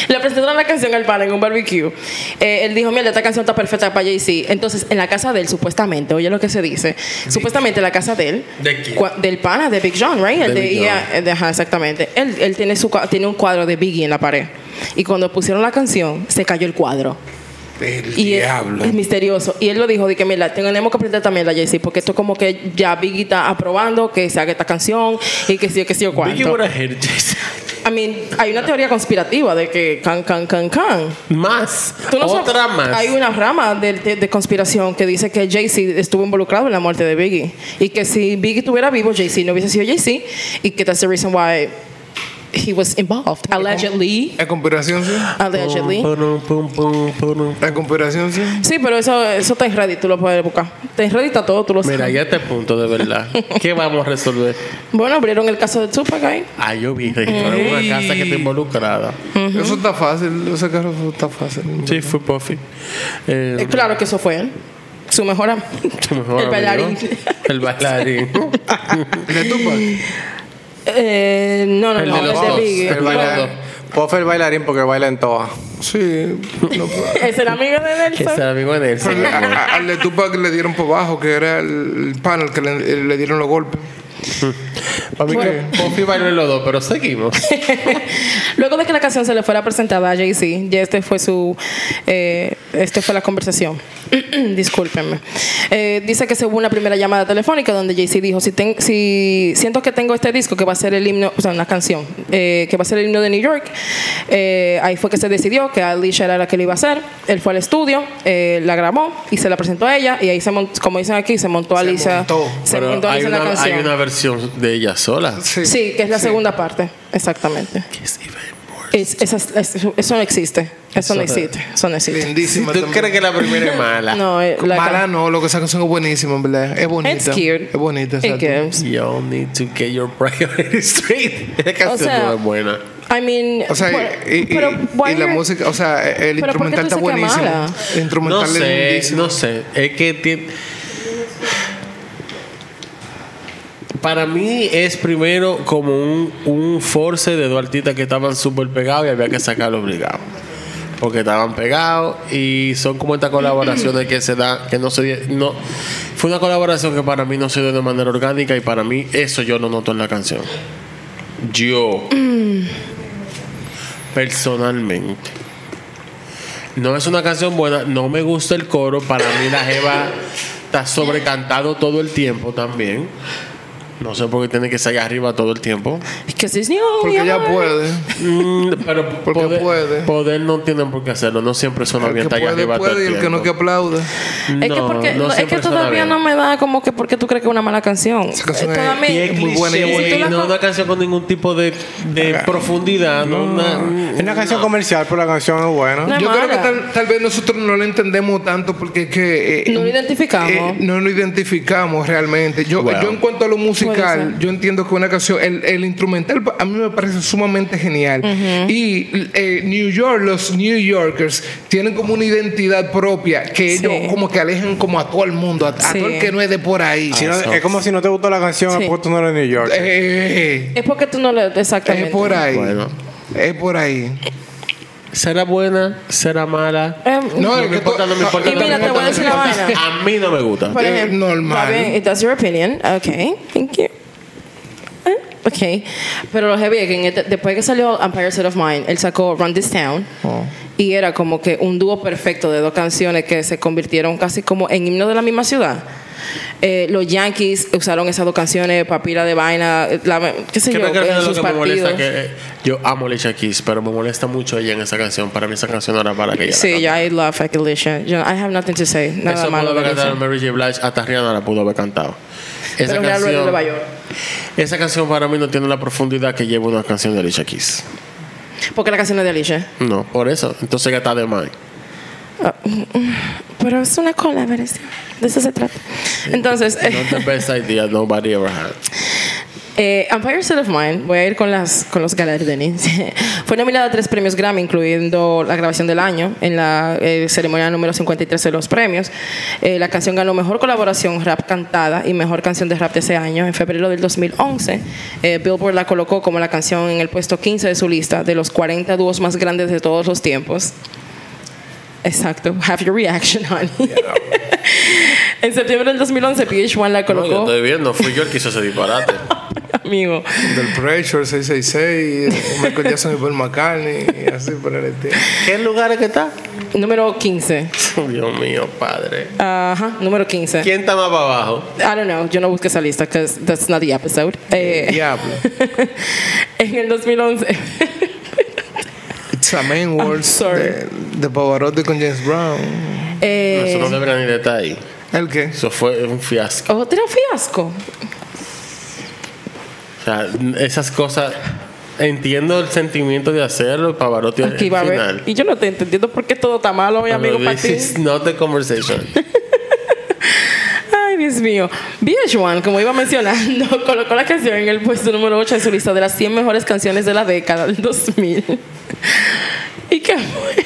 [SPEAKER 2] Le presentaron la canción al pana en un barbecue. Eh, él dijo, mira, esta canción está perfecta para Jay-Z. Entonces, en la casa de él, supuestamente, oye lo que se dice, supuestamente la casa de él,
[SPEAKER 3] ¿De quién?
[SPEAKER 2] cua- del pana, de Big John, right? El
[SPEAKER 3] De
[SPEAKER 2] de-
[SPEAKER 3] Big
[SPEAKER 2] yeah, eh, de- ajá, exactamente. Él, él tiene, su, cua- tiene un cuadro de Biggie en la pared. Y cuando pusieron la canción, se cayó el cuadro.
[SPEAKER 5] El
[SPEAKER 2] Y es,
[SPEAKER 5] diablo.
[SPEAKER 2] es misterioso. Y él lo dijo, de que mira, tenemos que aprender también la Jay-Z, porque esto como que ya Biggie está aprobando que se haga esta canción y que sí, que sí o cuánto.
[SPEAKER 3] Biggie would have hated Jay-Z.
[SPEAKER 2] I mean, hay una teoría conspirativa de que can, can, can, can.
[SPEAKER 3] Más.
[SPEAKER 2] Tú no sabes-
[SPEAKER 3] Otra más.
[SPEAKER 2] Hay una rama de, de- de conspiración que dice que Jay-Z estuvo involucrado en la muerte de Biggie. Y que si Biggie estuviera vivo, Jay-Z no hubiese sido Jay-Z. Y que that's the reason why he was involved. Allegedly.
[SPEAKER 5] ¿Es conspiración, sí?
[SPEAKER 2] Allegedly.
[SPEAKER 3] Oh.
[SPEAKER 1] Pum, pum, pum, pum, pum.
[SPEAKER 5] ¿Es conspiración, sí?
[SPEAKER 2] Sí, pero eso, eso está en Reddit, tú lo puedes buscar. Está en Reddit está todo, tú lo sabes.
[SPEAKER 3] Mira, ya este punto de verdad.
[SPEAKER 2] [laughs]
[SPEAKER 3] ¿Qué vamos a resolver?
[SPEAKER 2] Bueno, abrieron el caso de Tupac ahí.
[SPEAKER 3] Ah, yo vi registrar una
[SPEAKER 5] Ey.
[SPEAKER 3] casa que está involucrada.
[SPEAKER 5] Eso está fácil. Ese carro eso está fácil.
[SPEAKER 3] Sí, fue Puffy.
[SPEAKER 2] Eh,
[SPEAKER 3] Eh,
[SPEAKER 2] Claro que eso fue él. Su mejor am-
[SPEAKER 3] tu [laughs] mejor
[SPEAKER 2] El bailarín.
[SPEAKER 3] El bailarín.
[SPEAKER 2] [laughs]
[SPEAKER 5] ¿De Tupac?
[SPEAKER 2] Eh, no, no,
[SPEAKER 3] El
[SPEAKER 2] no,
[SPEAKER 3] de
[SPEAKER 2] el
[SPEAKER 3] los
[SPEAKER 2] de
[SPEAKER 3] dos.
[SPEAKER 2] Biggie.
[SPEAKER 3] El
[SPEAKER 4] Bailar-
[SPEAKER 3] bailado.
[SPEAKER 4] Puff es el bailarín porque baila en toa.
[SPEAKER 5] Sí. no,
[SPEAKER 2] Es el amigo de
[SPEAKER 3] que
[SPEAKER 2] Nelson.
[SPEAKER 3] es el amigo de Nelson.
[SPEAKER 5] pero a- a- al de Tupac le dieron por bajo, que era el, el panel que le, le dieron los golpes.
[SPEAKER 3] Para mí que Puffy bailó en los dos,
[SPEAKER 2] [laughs]
[SPEAKER 3] pero seguimos.
[SPEAKER 2] Luego de que la canción se le fuera presentada a Jay-Z, ya este fue su. Eh, este fue la conversación. [clears throat] Discúlpenme. Eh, dice que se hubo una primera llamada telefónica donde Jay-Z dijo: si, ten- si siento que tengo este disco que va a ser el himno, o sea, una canción, eh, que va a ser el himno de New York, eh, ahí fue que se decidió que Alicia era la que lo iba a hacer. Él fue al estudio, eh, la grabó y se la presentó a ella, y ahí se montó, como dicen aquí, se montó Alicia.
[SPEAKER 5] montó.
[SPEAKER 2] se
[SPEAKER 3] Pero
[SPEAKER 2] montó
[SPEAKER 3] hay
[SPEAKER 2] Alicia en la
[SPEAKER 3] una, hay
[SPEAKER 2] canción.
[SPEAKER 3] una versión de ella sola.
[SPEAKER 2] Sí, que es la segunda parte, exactamente. Es- esas- es- eso no existe. Eso no existe. Eso no existe.
[SPEAKER 3] Si
[SPEAKER 5] Lindísima
[SPEAKER 3] tú
[SPEAKER 5] también.
[SPEAKER 3] crees que la primera es mala.
[SPEAKER 2] Eh, [laughs] No, eh, la
[SPEAKER 5] Mala no, lo que esa canción es buenísima, en verdad. Es bonita.
[SPEAKER 2] It's cute.
[SPEAKER 5] Es bonita,
[SPEAKER 2] It
[SPEAKER 5] exacto.
[SPEAKER 2] gives.
[SPEAKER 3] You need to get your priorities straight. [laughs] Esa canción
[SPEAKER 2] sea,
[SPEAKER 3] no es buena.
[SPEAKER 2] I mean,
[SPEAKER 5] O sea,
[SPEAKER 2] por-
[SPEAKER 5] y, y-
[SPEAKER 2] pero why
[SPEAKER 5] y la
[SPEAKER 2] you're-
[SPEAKER 5] música, o sea, el
[SPEAKER 2] Pero ¿por qué tú
[SPEAKER 5] instrumental está
[SPEAKER 2] dices que es
[SPEAKER 5] buenísimo.
[SPEAKER 2] mala?
[SPEAKER 5] El
[SPEAKER 3] No
[SPEAKER 5] instrumental es
[SPEAKER 3] sé,
[SPEAKER 5] lindísimo.
[SPEAKER 3] no sé. Es que tiene... Para mí es primero como un, un force de dos artistas que estaban súper pegados y había que sacarlo obligado. Porque estaban pegados y son como estas colaboraciones que se dan, que no se die- no Fue una colaboración que para mí no se dio de manera orgánica y para mí eso yo no noto en la canción. Yo. Personalmente. No es una canción buena, no me gusta el coro. Para mí la Jeva está sobrecantado todo el tiempo también. No sé por qué tiene que salir arriba todo el tiempo.
[SPEAKER 2] Because it's new,
[SPEAKER 5] Porque ella
[SPEAKER 2] yeah.
[SPEAKER 5] puede.
[SPEAKER 3] Mm, pero
[SPEAKER 5] Porque
[SPEAKER 3] poder,
[SPEAKER 5] puede.
[SPEAKER 3] poder no tienen por qué hacerlo. No siempre suena
[SPEAKER 5] El
[SPEAKER 3] bien
[SPEAKER 5] que
[SPEAKER 3] estar allá
[SPEAKER 5] puede,
[SPEAKER 3] arriba todo
[SPEAKER 5] puede
[SPEAKER 3] el
[SPEAKER 5] y el
[SPEAKER 3] tiempo.
[SPEAKER 5] que no que aplauda.
[SPEAKER 2] Es que, porque, no, es que
[SPEAKER 3] siempre suena
[SPEAKER 2] todavía
[SPEAKER 3] bien.
[SPEAKER 2] no me da como que porque tú crees que es una mala canción.
[SPEAKER 5] Esa canción
[SPEAKER 2] Eh,
[SPEAKER 5] es-
[SPEAKER 2] todavía
[SPEAKER 5] y
[SPEAKER 2] me-
[SPEAKER 5] es muy buena y
[SPEAKER 2] si tú
[SPEAKER 5] bonita.
[SPEAKER 2] la
[SPEAKER 3] no
[SPEAKER 2] co-
[SPEAKER 3] es una canción con ningún tipo de, de profundidad. No, una-
[SPEAKER 2] Mm.
[SPEAKER 4] Es una canción comercial, pero la canción es
[SPEAKER 2] No
[SPEAKER 4] buena.
[SPEAKER 2] es
[SPEAKER 5] Yo creo que
[SPEAKER 2] mala.
[SPEAKER 5] tal, tal vez nosotros no lo entendemos tanto porque es que... eh,
[SPEAKER 2] No lo identificamos.
[SPEAKER 5] eh, no lo identificamos realmente. Yo,
[SPEAKER 3] Bueno.
[SPEAKER 5] yo en cuanto a lo
[SPEAKER 2] Puede
[SPEAKER 5] musical,
[SPEAKER 2] ser.
[SPEAKER 5] yo entiendo que una canción, el, el instrumental a mí me parece sumamente genial. Y eh, New York, los New Yorkers tienen como una identidad propia que
[SPEAKER 2] Sí.
[SPEAKER 5] ellos como que alejan como a todo el mundo, a, a
[SPEAKER 2] Sí.
[SPEAKER 5] todo el que no es de por ahí.
[SPEAKER 4] Si no-
[SPEAKER 3] eso.
[SPEAKER 4] es como si no te gustó la canción,
[SPEAKER 2] Sí.
[SPEAKER 4] es porque tú no eres de New York.
[SPEAKER 5] Eh, eh, eh,
[SPEAKER 2] es porque tú no le.
[SPEAKER 5] es
[SPEAKER 2] Exactamente.
[SPEAKER 5] por ahí.
[SPEAKER 3] Bueno.
[SPEAKER 5] Es por ahí.
[SPEAKER 3] será buena, será mala.
[SPEAKER 2] Eh,
[SPEAKER 5] No,
[SPEAKER 3] No
[SPEAKER 5] es
[SPEAKER 3] me
[SPEAKER 5] que Ah,
[SPEAKER 3] importa,
[SPEAKER 5] to-
[SPEAKER 3] no me
[SPEAKER 5] no,
[SPEAKER 3] importa.
[SPEAKER 2] y
[SPEAKER 3] no me
[SPEAKER 2] mira, te
[SPEAKER 3] importa,
[SPEAKER 2] voy a
[SPEAKER 3] no
[SPEAKER 2] decir
[SPEAKER 3] me
[SPEAKER 2] una
[SPEAKER 5] [laughs]
[SPEAKER 3] importa.
[SPEAKER 2] vaina.
[SPEAKER 3] A mí no me gusta.
[SPEAKER 2] Por
[SPEAKER 5] Es
[SPEAKER 2] ejemplo,
[SPEAKER 5] normal.
[SPEAKER 2] está bien, that's your opinion. Okay, thank you. Eh, Okay. Pero lo heavy es que en este- después que salió Empire State of Mind, él sacó Run This Town.
[SPEAKER 3] Ah.
[SPEAKER 2] Y era como que un dúo perfecto de dos canciones que se convirtieron casi como en himno de la misma ciudad. Eh, los Yankees usaron esas dos canciones, papira de vaina, eh, la- qué sé yo,
[SPEAKER 3] Creo que
[SPEAKER 2] en
[SPEAKER 3] es lo
[SPEAKER 2] sus
[SPEAKER 3] que me
[SPEAKER 2] partidos.
[SPEAKER 3] molesta que eh, yo amo Alicia Keys, pero me molesta mucho ella en esa canción. Para mí esa canción era para que ella. la
[SPEAKER 2] Sí,
[SPEAKER 3] cante.
[SPEAKER 2] ya I love Alicia. Yo- I have nothing to say. Nada
[SPEAKER 3] Eso
[SPEAKER 2] malo. de
[SPEAKER 3] pudo haber cantado
[SPEAKER 2] Alicia.
[SPEAKER 3] Mary J. Blige, hasta Rihanna la pudo haber cantado. Esa
[SPEAKER 2] Pero en realidad lo de
[SPEAKER 3] canción,
[SPEAKER 2] Nueva York.
[SPEAKER 3] esa canción para mí no tiene la profundidad que lleva una canción de Alicia Keys.
[SPEAKER 2] Porque la canción es de Alicia.
[SPEAKER 3] No, por eso. Entonces ya está de mal.
[SPEAKER 2] Pero es una colaboración. De eso se trata. Entonces,
[SPEAKER 3] Not
[SPEAKER 2] [laughs]
[SPEAKER 3] the best idea nobody ever had.
[SPEAKER 2] eh, Empire State of Mind, voy a ir con, las, con los galardones. [laughs] Fue nominada a tres premios Grammy, incluyendo la grabación del año en la eh, ceremonia número 53 de los premios. Eh, la canción ganó Mejor Colaboración Rap Cantada y Mejor Canción de Rap de ese año en febrero del 2011. Eh, Billboard la colocó como la canción en el puesto 15 de su lista de los 40 dúos más grandes de todos los tiempos. Exacto. Have your reaction, honey. [laughs] en septiembre del 2011, PH1 la
[SPEAKER 3] No, yo
[SPEAKER 2] colocó. [laughs]
[SPEAKER 3] estoy viendo, fui yo el que hizo ese disparate.
[SPEAKER 2] amigo.
[SPEAKER 5] Del Pressure 666, Michael Jackson y Paul McCartney, y así por el estilo.
[SPEAKER 3] ¿Qué lugar es que está? [laughs]
[SPEAKER 2] Número 15.
[SPEAKER 3] Dios mío, padre.
[SPEAKER 2] Ajá, número 15.
[SPEAKER 3] ¿Quién está más para abajo?
[SPEAKER 2] I don't know, yo no busqué esa lista, because that's not the episode. Eh,
[SPEAKER 5] Diablo.
[SPEAKER 2] [laughs] en el
[SPEAKER 3] [laughs]
[SPEAKER 2] 2011.
[SPEAKER 5] It's a main world
[SPEAKER 2] sorry.
[SPEAKER 5] de, de Pavarotti con James Brown.
[SPEAKER 2] eh,
[SPEAKER 3] Eso no debería ni de estar ahí.
[SPEAKER 5] ¿El qué?
[SPEAKER 3] Eso fue un fiasco.
[SPEAKER 2] Otro fiasco.
[SPEAKER 3] O sea, esas cosas. Entiendo el sentimiento de hacerlo, Pavarotti al
[SPEAKER 2] Aquí va a
[SPEAKER 3] final.
[SPEAKER 2] ver. Y yo no te entiendo por qué todo está malo, mi amigo,
[SPEAKER 3] Pero
[SPEAKER 2] para
[SPEAKER 3] this
[SPEAKER 2] ti.
[SPEAKER 3] is [laughs] not the conversation.
[SPEAKER 2] Ay, Dios mío. VH1, como iba mencionando, [laughs] colocó la canción en el puesto número 8 en su lista de las 100 mejores canciones de la década del 2000. [laughs] ¿Y qué fue?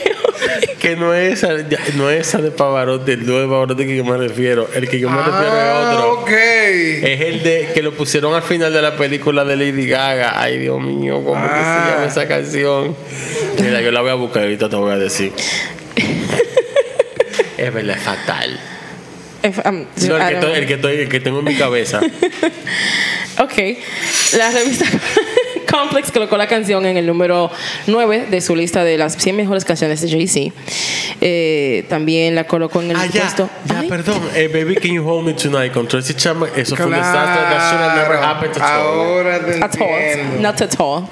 [SPEAKER 3] que no es, esa- ya- no es esa de Pavarotti, el dúo de Pavarotti que yo me refiero. El que yo me refiero
[SPEAKER 2] Ah,
[SPEAKER 3] es otro.
[SPEAKER 5] Ah, ok.
[SPEAKER 3] Es el de que lo pusieron al final de la película de Lady Gaga. Ay, Dios mío, ¿cómo que
[SPEAKER 5] Ah.
[SPEAKER 3] se llama esa canción? Mira, yo la voy a buscar y ahorita te voy
[SPEAKER 2] [laughs]
[SPEAKER 3] a decir. es verdad, es fatal.
[SPEAKER 2] If, um,
[SPEAKER 3] No, el,
[SPEAKER 2] I
[SPEAKER 3] que
[SPEAKER 2] don't
[SPEAKER 3] estoy- el que estoy- el que tengo en mi cabeza.
[SPEAKER 2] know. Ok. La revista [laughs] Complex colocó la canción en el número 9 de su lista de las 100 mejores canciones de Jay-Z. Eh, también la colocó en el
[SPEAKER 3] Ah, ya,
[SPEAKER 2] puesto.
[SPEAKER 3] ya,
[SPEAKER 2] Ay,
[SPEAKER 3] perdón. Eh, Baby, Can You Hold Me Tonight con Tracy Chapman. Eso fue un desastre. That should have never happened to all.
[SPEAKER 5] Ahora te
[SPEAKER 2] At all.
[SPEAKER 5] entiendo.
[SPEAKER 2] Not at all.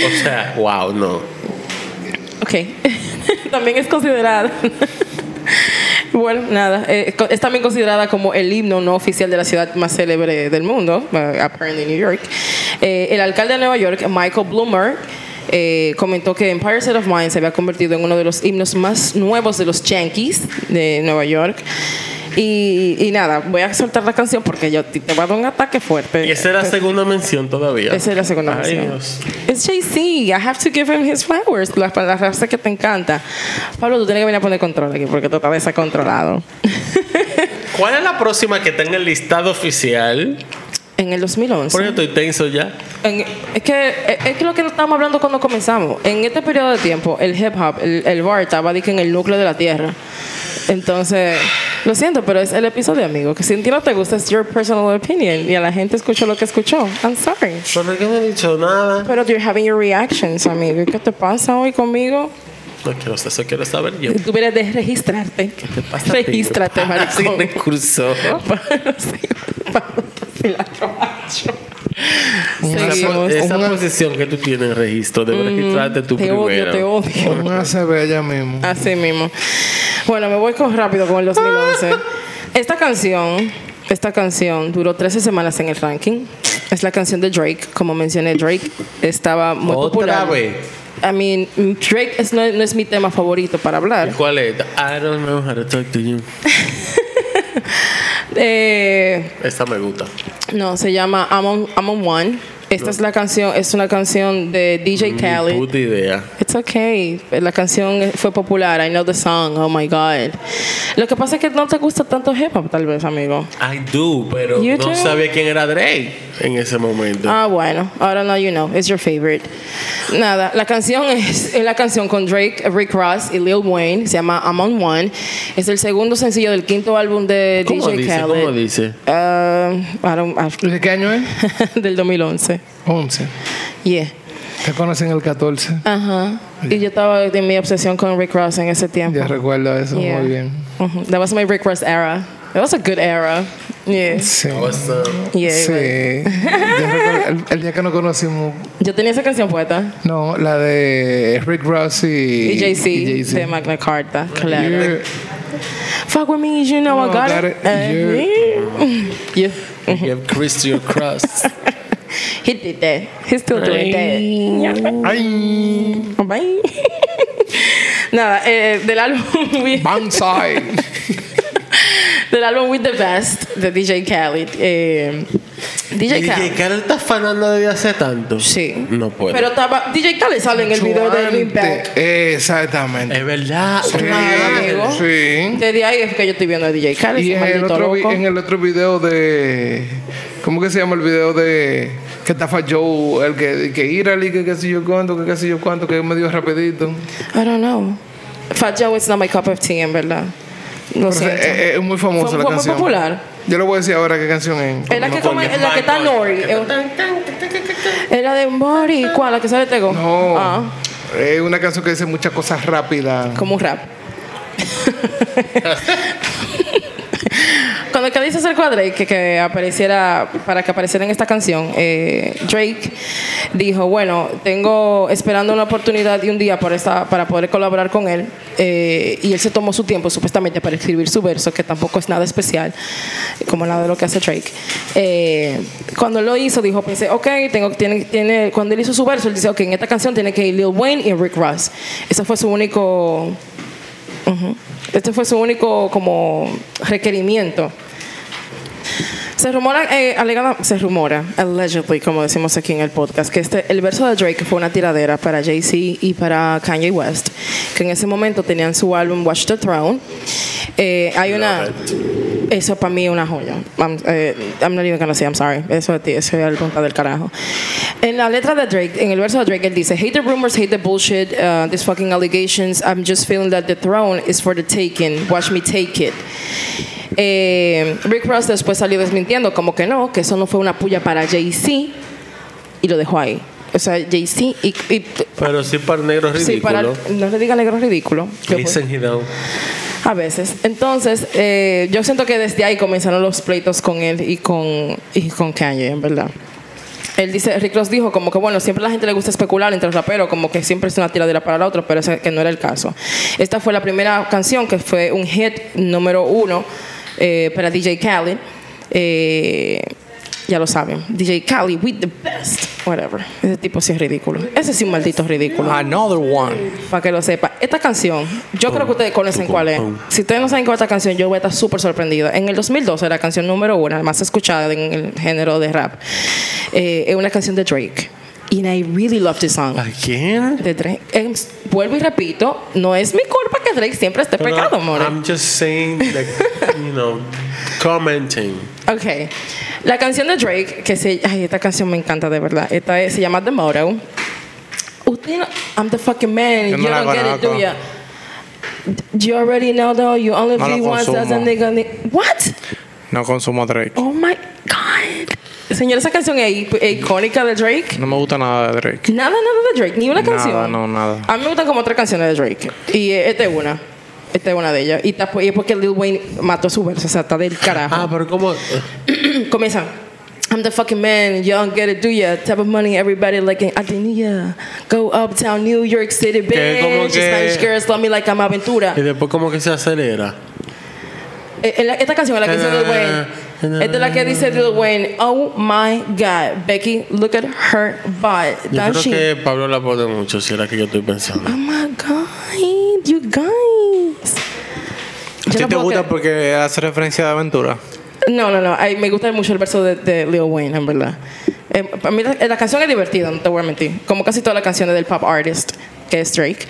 [SPEAKER 3] O sea, wow, no.
[SPEAKER 2] Ok. [laughs] también es considerada. bueno, nada. eh, co- es también considerada como el himno no oficial de la ciudad más célebre del mundo, eh, apparently New York. Eh, el alcalde de Nueva York, Michael Bloomer, eh, comentó que Empire State of Mind se había convertido en uno de los himnos más nuevos de los Yankees de Nueva York. Y, y nada, voy a soltar la canción porque yo te te va a dar un ataque fuerte.
[SPEAKER 3] Y esa es la segunda mención todavía.
[SPEAKER 2] Esa es la segunda
[SPEAKER 3] Ay,
[SPEAKER 2] versión.
[SPEAKER 3] Dios.
[SPEAKER 2] Es Jay-Z. I have to give him his flowers. La, la frase que te encanta. Pablo, tú tienes que venir a poner control aquí porque tú estás descontrolado.
[SPEAKER 3] ¿Cuál es la próxima que tenga el listado oficial?
[SPEAKER 2] [laughs] en el 2011.
[SPEAKER 3] Por eso estoy tenso ya.
[SPEAKER 2] en- es, que, es, es que lo que estábamos hablando cuando comenzamos. En este periodo de tiempo, el hip hop, el, el bar estaba de que en el núcleo de la tierra. Entonces, lo siento, pero es el episodio, amigo. Que si a ti no te gusta, es your personal opinion. Y a la gente escuchó lo que escuchó. I'm sorry.
[SPEAKER 3] ¿Por qué no he dicho nada?
[SPEAKER 2] Pero you're having your reactions, amigo. ¿Qué te pasa hoy conmigo?
[SPEAKER 3] No quiero sa- eso, quiero saber yo.
[SPEAKER 2] Si tú vienes de registrarte,
[SPEAKER 3] Pasa, Ah,
[SPEAKER 2] regístrate, [laughs]
[SPEAKER 3] tío. Así
[SPEAKER 2] maricón.
[SPEAKER 3] me cursó. Esa, po-
[SPEAKER 2] Seguimos.
[SPEAKER 3] esa
[SPEAKER 5] una-
[SPEAKER 3] posición que tú tienes en registro, debes registrarte tú
[SPEAKER 2] Mm, Te odio,
[SPEAKER 3] primero.
[SPEAKER 2] te odio.
[SPEAKER 5] Una se ve ella mismo.
[SPEAKER 2] Así mismo. Bueno, me voy con rápido con el 2011. Esta canción, esta canción duró 13 semanas en el ranking. Es la canción de Drake. Como mencioné, Drake estaba muy
[SPEAKER 3] Otra
[SPEAKER 2] popular.
[SPEAKER 3] vez.
[SPEAKER 2] I mean, Drake es- no, no es mi tema favorito para hablar.
[SPEAKER 3] ¿Cuál es? I don't know how to talk to you.
[SPEAKER 2] Eh,
[SPEAKER 3] Esta me gusta.
[SPEAKER 2] No, se llama I'm on, I'm on One. Esta es la canción, es una canción de DJ
[SPEAKER 3] Ni
[SPEAKER 2] Khaled.
[SPEAKER 3] Mm, puta idea.
[SPEAKER 2] It's okay. La canción fue popular. I know the song. Oh my God. Lo que pasa es que no te gusta tanto hip hop, tal vez, amigo.
[SPEAKER 3] I do, pero
[SPEAKER 2] You
[SPEAKER 3] no
[SPEAKER 2] do?
[SPEAKER 3] sabía quién era Drake en ese momento.
[SPEAKER 2] Ah, bueno. Ahora no, you know. It's your favorite. Nada. La canción [laughs] es, es la canción con Drake, Rick Ross y Lil Wayne. Se llama I'm on One. Es el segundo sencillo del quinto álbum de
[SPEAKER 3] ¿Cómo
[SPEAKER 2] DJ
[SPEAKER 3] dice?
[SPEAKER 2] Khaled.
[SPEAKER 3] ¿Cómo dice?
[SPEAKER 2] Ah, I don't- I-
[SPEAKER 5] ¿De qué año es?
[SPEAKER 2] [laughs] del 2011.
[SPEAKER 5] 11.
[SPEAKER 2] Yeah.
[SPEAKER 5] Te conocen el 14.
[SPEAKER 2] Ajá. Y yo estaba en mi obsesión con Rick Ross en ese tiempo.
[SPEAKER 5] Ya recuerdo eso
[SPEAKER 2] Yeah.
[SPEAKER 5] muy bien.
[SPEAKER 2] Ujú. That was my Rick Ross era. That was a good era. Yeah.
[SPEAKER 5] Sí.
[SPEAKER 3] Oh, Awesome.
[SPEAKER 2] Yeah.
[SPEAKER 5] Sí.
[SPEAKER 2] like-
[SPEAKER 5] Ya recuerdo el, el día que nos conocimos,
[SPEAKER 2] Yo tenía esa canción puesta.
[SPEAKER 5] no, la de Rick Ross y,
[SPEAKER 2] Y Jay-Z
[SPEAKER 5] y
[SPEAKER 2] de Magna Carta. Claro.
[SPEAKER 5] You're-
[SPEAKER 2] Fuck with me, you know I
[SPEAKER 5] No,
[SPEAKER 2] got,
[SPEAKER 5] got
[SPEAKER 2] it.
[SPEAKER 5] it.
[SPEAKER 2] Eh, yeah.
[SPEAKER 3] Give Chris to your crust.
[SPEAKER 2] [laughs] He did that. He's still doing that.
[SPEAKER 3] [laughs]
[SPEAKER 5] Ay,
[SPEAKER 2] Bye. [laughs] Nada, eh, del álbum [laughs] We-
[SPEAKER 5] Banzai.
[SPEAKER 2] [laughs] del álbum With the Best de DJ Khaled. Eh, DJ
[SPEAKER 3] Y
[SPEAKER 2] Khaled.
[SPEAKER 3] que Carol está fanando desde hace tanto.
[SPEAKER 2] Sí.
[SPEAKER 3] No puedo.
[SPEAKER 2] Pero estaba, DJ Khaled sale en el video de Lean Back.
[SPEAKER 5] Chuante. Exactamente.
[SPEAKER 3] es verdad.
[SPEAKER 5] Sí,
[SPEAKER 2] amigo.
[SPEAKER 5] sí.
[SPEAKER 2] Desde ahí es que yo estoy viendo a DJ Khaled.
[SPEAKER 5] Y
[SPEAKER 2] ese
[SPEAKER 5] en el,
[SPEAKER 2] maldito
[SPEAKER 5] otro, vi-
[SPEAKER 2] loco.
[SPEAKER 5] en el otro video de. ¿Cómo que se llama el video de.? Que estafa Joe, el que, que Irali, que qué sé yo cuánto, que qué sé yo cuánto, que medio rapidito.
[SPEAKER 2] I don't know. Fat Joe is not my cup of tea, en verdad. Lo
[SPEAKER 5] Pero,
[SPEAKER 2] siento.
[SPEAKER 5] eh, eh, es muy famosa
[SPEAKER 2] fue
[SPEAKER 5] la
[SPEAKER 2] fue muy
[SPEAKER 5] canción.
[SPEAKER 2] popular.
[SPEAKER 5] Yo le voy a decir ahora qué canción es.
[SPEAKER 2] Es la que, come, es la que está Nori. Es la de Mori. ¿Cuál? La que sale Tego.
[SPEAKER 5] No.
[SPEAKER 2] Ah,
[SPEAKER 5] Es una canción que dice muchas cosas rápidas.
[SPEAKER 2] como un rap. Cuando que dice acerca a Drake que, que apareciera, para que apareciera en esta canción, eh, Drake dijo, bueno, tengo esperando una oportunidad y un día para, esta, para poder colaborar con él. eh, y él se tomó su tiempo supuestamente para escribir su verso, que tampoco es nada especial, como nada de lo que hace Drake. Eh, cuando lo hizo, dijo, pensé, ok, tengo, tiene, tiene, cuando él hizo su verso, él dice, ok, en esta canción tiene que ir Lil Wayne y Rick Ross. Ese fue su único Ujú. Este fue su único como requerimiento. Se rumora, eh, alegada, se rumora, allegedly, como decimos aquí en el podcast, que este, el verso de Drake fue una tiradera para Jay-Z y para Kanye West, que en ese momento tenían su álbum Watch the Throne. Eh, hay una. Eso para mí es una joya. I'm, eh, I'm not even gonna say I'm sorry. Eso es ti, eso es el punta del carajo. En la letra de Drake, en el verso de Drake, él dice: Hate the rumors, hate the bullshit, uh, these fucking allegations. I'm just feeling that the throne is for the taking. Watch me take it. Eh, Rick Ross después salió desmintiendo como que no, que eso no fue una puya para Jay-Z y lo dejó ahí. O sea, Jay-Z y, y-
[SPEAKER 3] Pero sí para el negro es
[SPEAKER 2] sí, para,
[SPEAKER 3] ridículo.
[SPEAKER 2] no le diga negro ridículo. Yo-
[SPEAKER 3] Dicen he down.
[SPEAKER 2] a veces. Entonces, eh, yo siento que desde ahí comenzaron los pleitos con él y con, y con Kanye, en verdad. Él dice, Rick Ross dijo como que bueno, siempre a la gente le gusta especular entre los raperos, como que siempre es una tiradera para la otra, pero ese que no era el caso. Esta fue la primera canción que fue un hit número uno eh, para DJ Khaled. Eh, ya lo saben, DJ Khaled with the best, whatever. Ese tipo sí es ridículo. Ese sí es un maldito ridículo.
[SPEAKER 4] Another one.
[SPEAKER 2] Para que lo sepa. Esta canción, yo creo que ustedes conocen cuál es. Si ustedes no saben cuál es esta canción, yo voy a estar súper sorprendida. En el 2012 era la canción número uno, la más escuchada en el género de rap. Eh, es una canción de Drake. And I really love this song.
[SPEAKER 3] ¿A quién?
[SPEAKER 2] De Drake. Eh, vuelvo y repito, no es mi culpa que Drake siempre esté pegado, amor.
[SPEAKER 3] I'm just saying, like, you know, commenting.
[SPEAKER 2] Ok. La canción de Drake, que se. Ay, esta canción me encanta de verdad. Esta es- se llama The Motto. Usted no- I'm the fucking man.
[SPEAKER 4] Yo no
[SPEAKER 2] you
[SPEAKER 4] la
[SPEAKER 2] don't get it, do
[SPEAKER 4] conozco.
[SPEAKER 2] ya? You already know though. You only
[SPEAKER 4] No la
[SPEAKER 2] be once as a
[SPEAKER 4] consumo.
[SPEAKER 2] nigga. ni- What?
[SPEAKER 4] No consumo Drake.
[SPEAKER 2] Oh my God. Señor, esa canción es hi- es icónica de Drake.
[SPEAKER 4] No me gusta nada de Drake.
[SPEAKER 2] Nada, nada de Drake. Ni una
[SPEAKER 4] Nada,
[SPEAKER 2] canción.
[SPEAKER 4] no, nada.
[SPEAKER 2] A mí me gustan como tres canciones de Drake. Y eh, esta es una. Esta es una de ellas. Y, está- y es porque Lil Wayne mató su verso. O sea, está del carajo.
[SPEAKER 3] Ah, pero como.
[SPEAKER 2] [clears throat] comienza. I'm the fucking man, you don't get it, do ya? Type of money, everybody like in Adenia. Go uptown, New York City,
[SPEAKER 3] Que como
[SPEAKER 2] bitch.
[SPEAKER 3] que- Eh,
[SPEAKER 2] Spanish girls love me like I'm aventura.
[SPEAKER 3] Y después, como que se acelera.
[SPEAKER 2] Eh, en la- Esta canción es la que dice Lil
[SPEAKER 3] eh,
[SPEAKER 2] Wayne. Esta es la que dice Lil Wayne. Oh my God, Becky, look at her butt.
[SPEAKER 3] Yo
[SPEAKER 2] Don't
[SPEAKER 3] creo
[SPEAKER 2] she?
[SPEAKER 3] que Pablo la pone mucho, si era que yo estoy pensando.
[SPEAKER 2] Oh my God, you guys. Yo
[SPEAKER 4] ¿A ti
[SPEAKER 2] no
[SPEAKER 4] te
[SPEAKER 2] puedo
[SPEAKER 4] gusta
[SPEAKER 2] creer.
[SPEAKER 4] porque hace referencia de aventura?
[SPEAKER 2] No, no, no. Ay, me gusta mucho el verso de, de Lil Wayne, en verdad. Eh, para mí la, la canción es divertida, no te voy a mentir. Como casi todas las canciones del pop artist, que es Drake.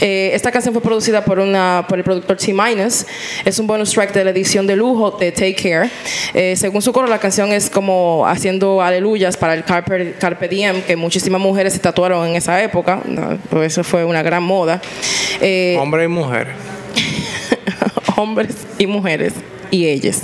[SPEAKER 2] Eh, esta canción fue producida por, una, por el productor T Minus. Es un bonus track de la edición de lujo de Take Care. Eh, según su coro, la canción es como haciendo aleluyas para el Carpe, carpe Diem, que muchísimas mujeres se tatuaron en esa época. No, pues eso fue una gran moda. Eh,
[SPEAKER 4] Hombre y mujer.
[SPEAKER 2] [laughs] hombres y mujeres y ellas.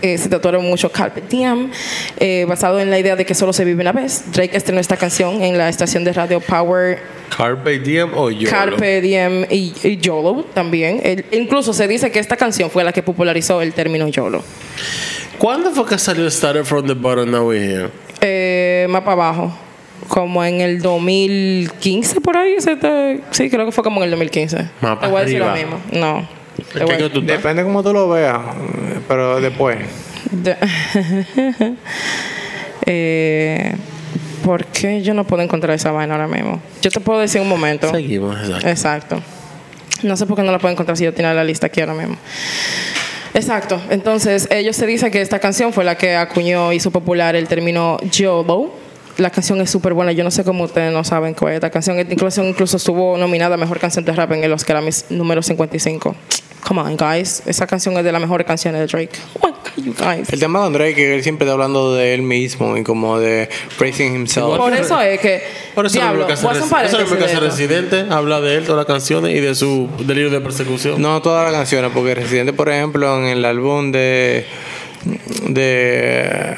[SPEAKER 2] Eh, se trataron mucho Carpet Diem, eh, basado en la idea de que solo se vive una vez. Drake estrenó esta canción en la estación de radio Power
[SPEAKER 3] Carpe Diem o yo.
[SPEAKER 2] Carpe Diem y, y YOLO también. El- incluso se dice que esta canción fue la que popularizó el término YOLO.
[SPEAKER 3] ¿Cuándo fue que salió Started from the Bottom Now We're Here?
[SPEAKER 2] Eh, más para abajo, como en el 2015 por ahí. se te- sí, creo que fue como en el 2015.
[SPEAKER 3] Más
[SPEAKER 2] Te voy a decir
[SPEAKER 3] para
[SPEAKER 2] lo
[SPEAKER 3] arriba.
[SPEAKER 2] mismo. No. Te
[SPEAKER 3] ¿En
[SPEAKER 2] voy
[SPEAKER 3] qué
[SPEAKER 2] a-
[SPEAKER 3] año tú estás?
[SPEAKER 4] Depende cómo tú lo veas, pero después.
[SPEAKER 2] De- [laughs] Eh, ¿Por qué yo no puedo encontrar esa vaina ahora mismo? Yo te puedo decir un momento.
[SPEAKER 3] Seguimos, exacto.
[SPEAKER 2] Exacto. No sé por qué no la puedo encontrar si yo tenía la lista aquí ahora mismo. Exacto. Entonces, ellos se dicen que esta canción fue la que acuñó, hizo popular el término YOLO. La canción es súper buena. Yo no sé cómo ustedes no saben cuál es esta canción. Esta canción incluso estuvo nominada a Mejor Canción de Rap en el Oscar a mis número 55. Come on, guys. Esa canción es de las mejores canciones de Drake. Oh my God, you guys.
[SPEAKER 4] El tema de Drake, que él siempre está hablando de él mismo y como de praising himself.
[SPEAKER 2] Por eso es que.
[SPEAKER 3] Por eso
[SPEAKER 2] diablo,
[SPEAKER 3] lo que hace,
[SPEAKER 2] voy a hacer un
[SPEAKER 3] Resi- eso es lo que
[SPEAKER 2] paréntesis
[SPEAKER 3] hace
[SPEAKER 2] de esto.
[SPEAKER 3] Residente, habla de él, todas las canciones y de su delirio de persecución.
[SPEAKER 4] No todas las canciones, porque Residente, por ejemplo, en el álbum de de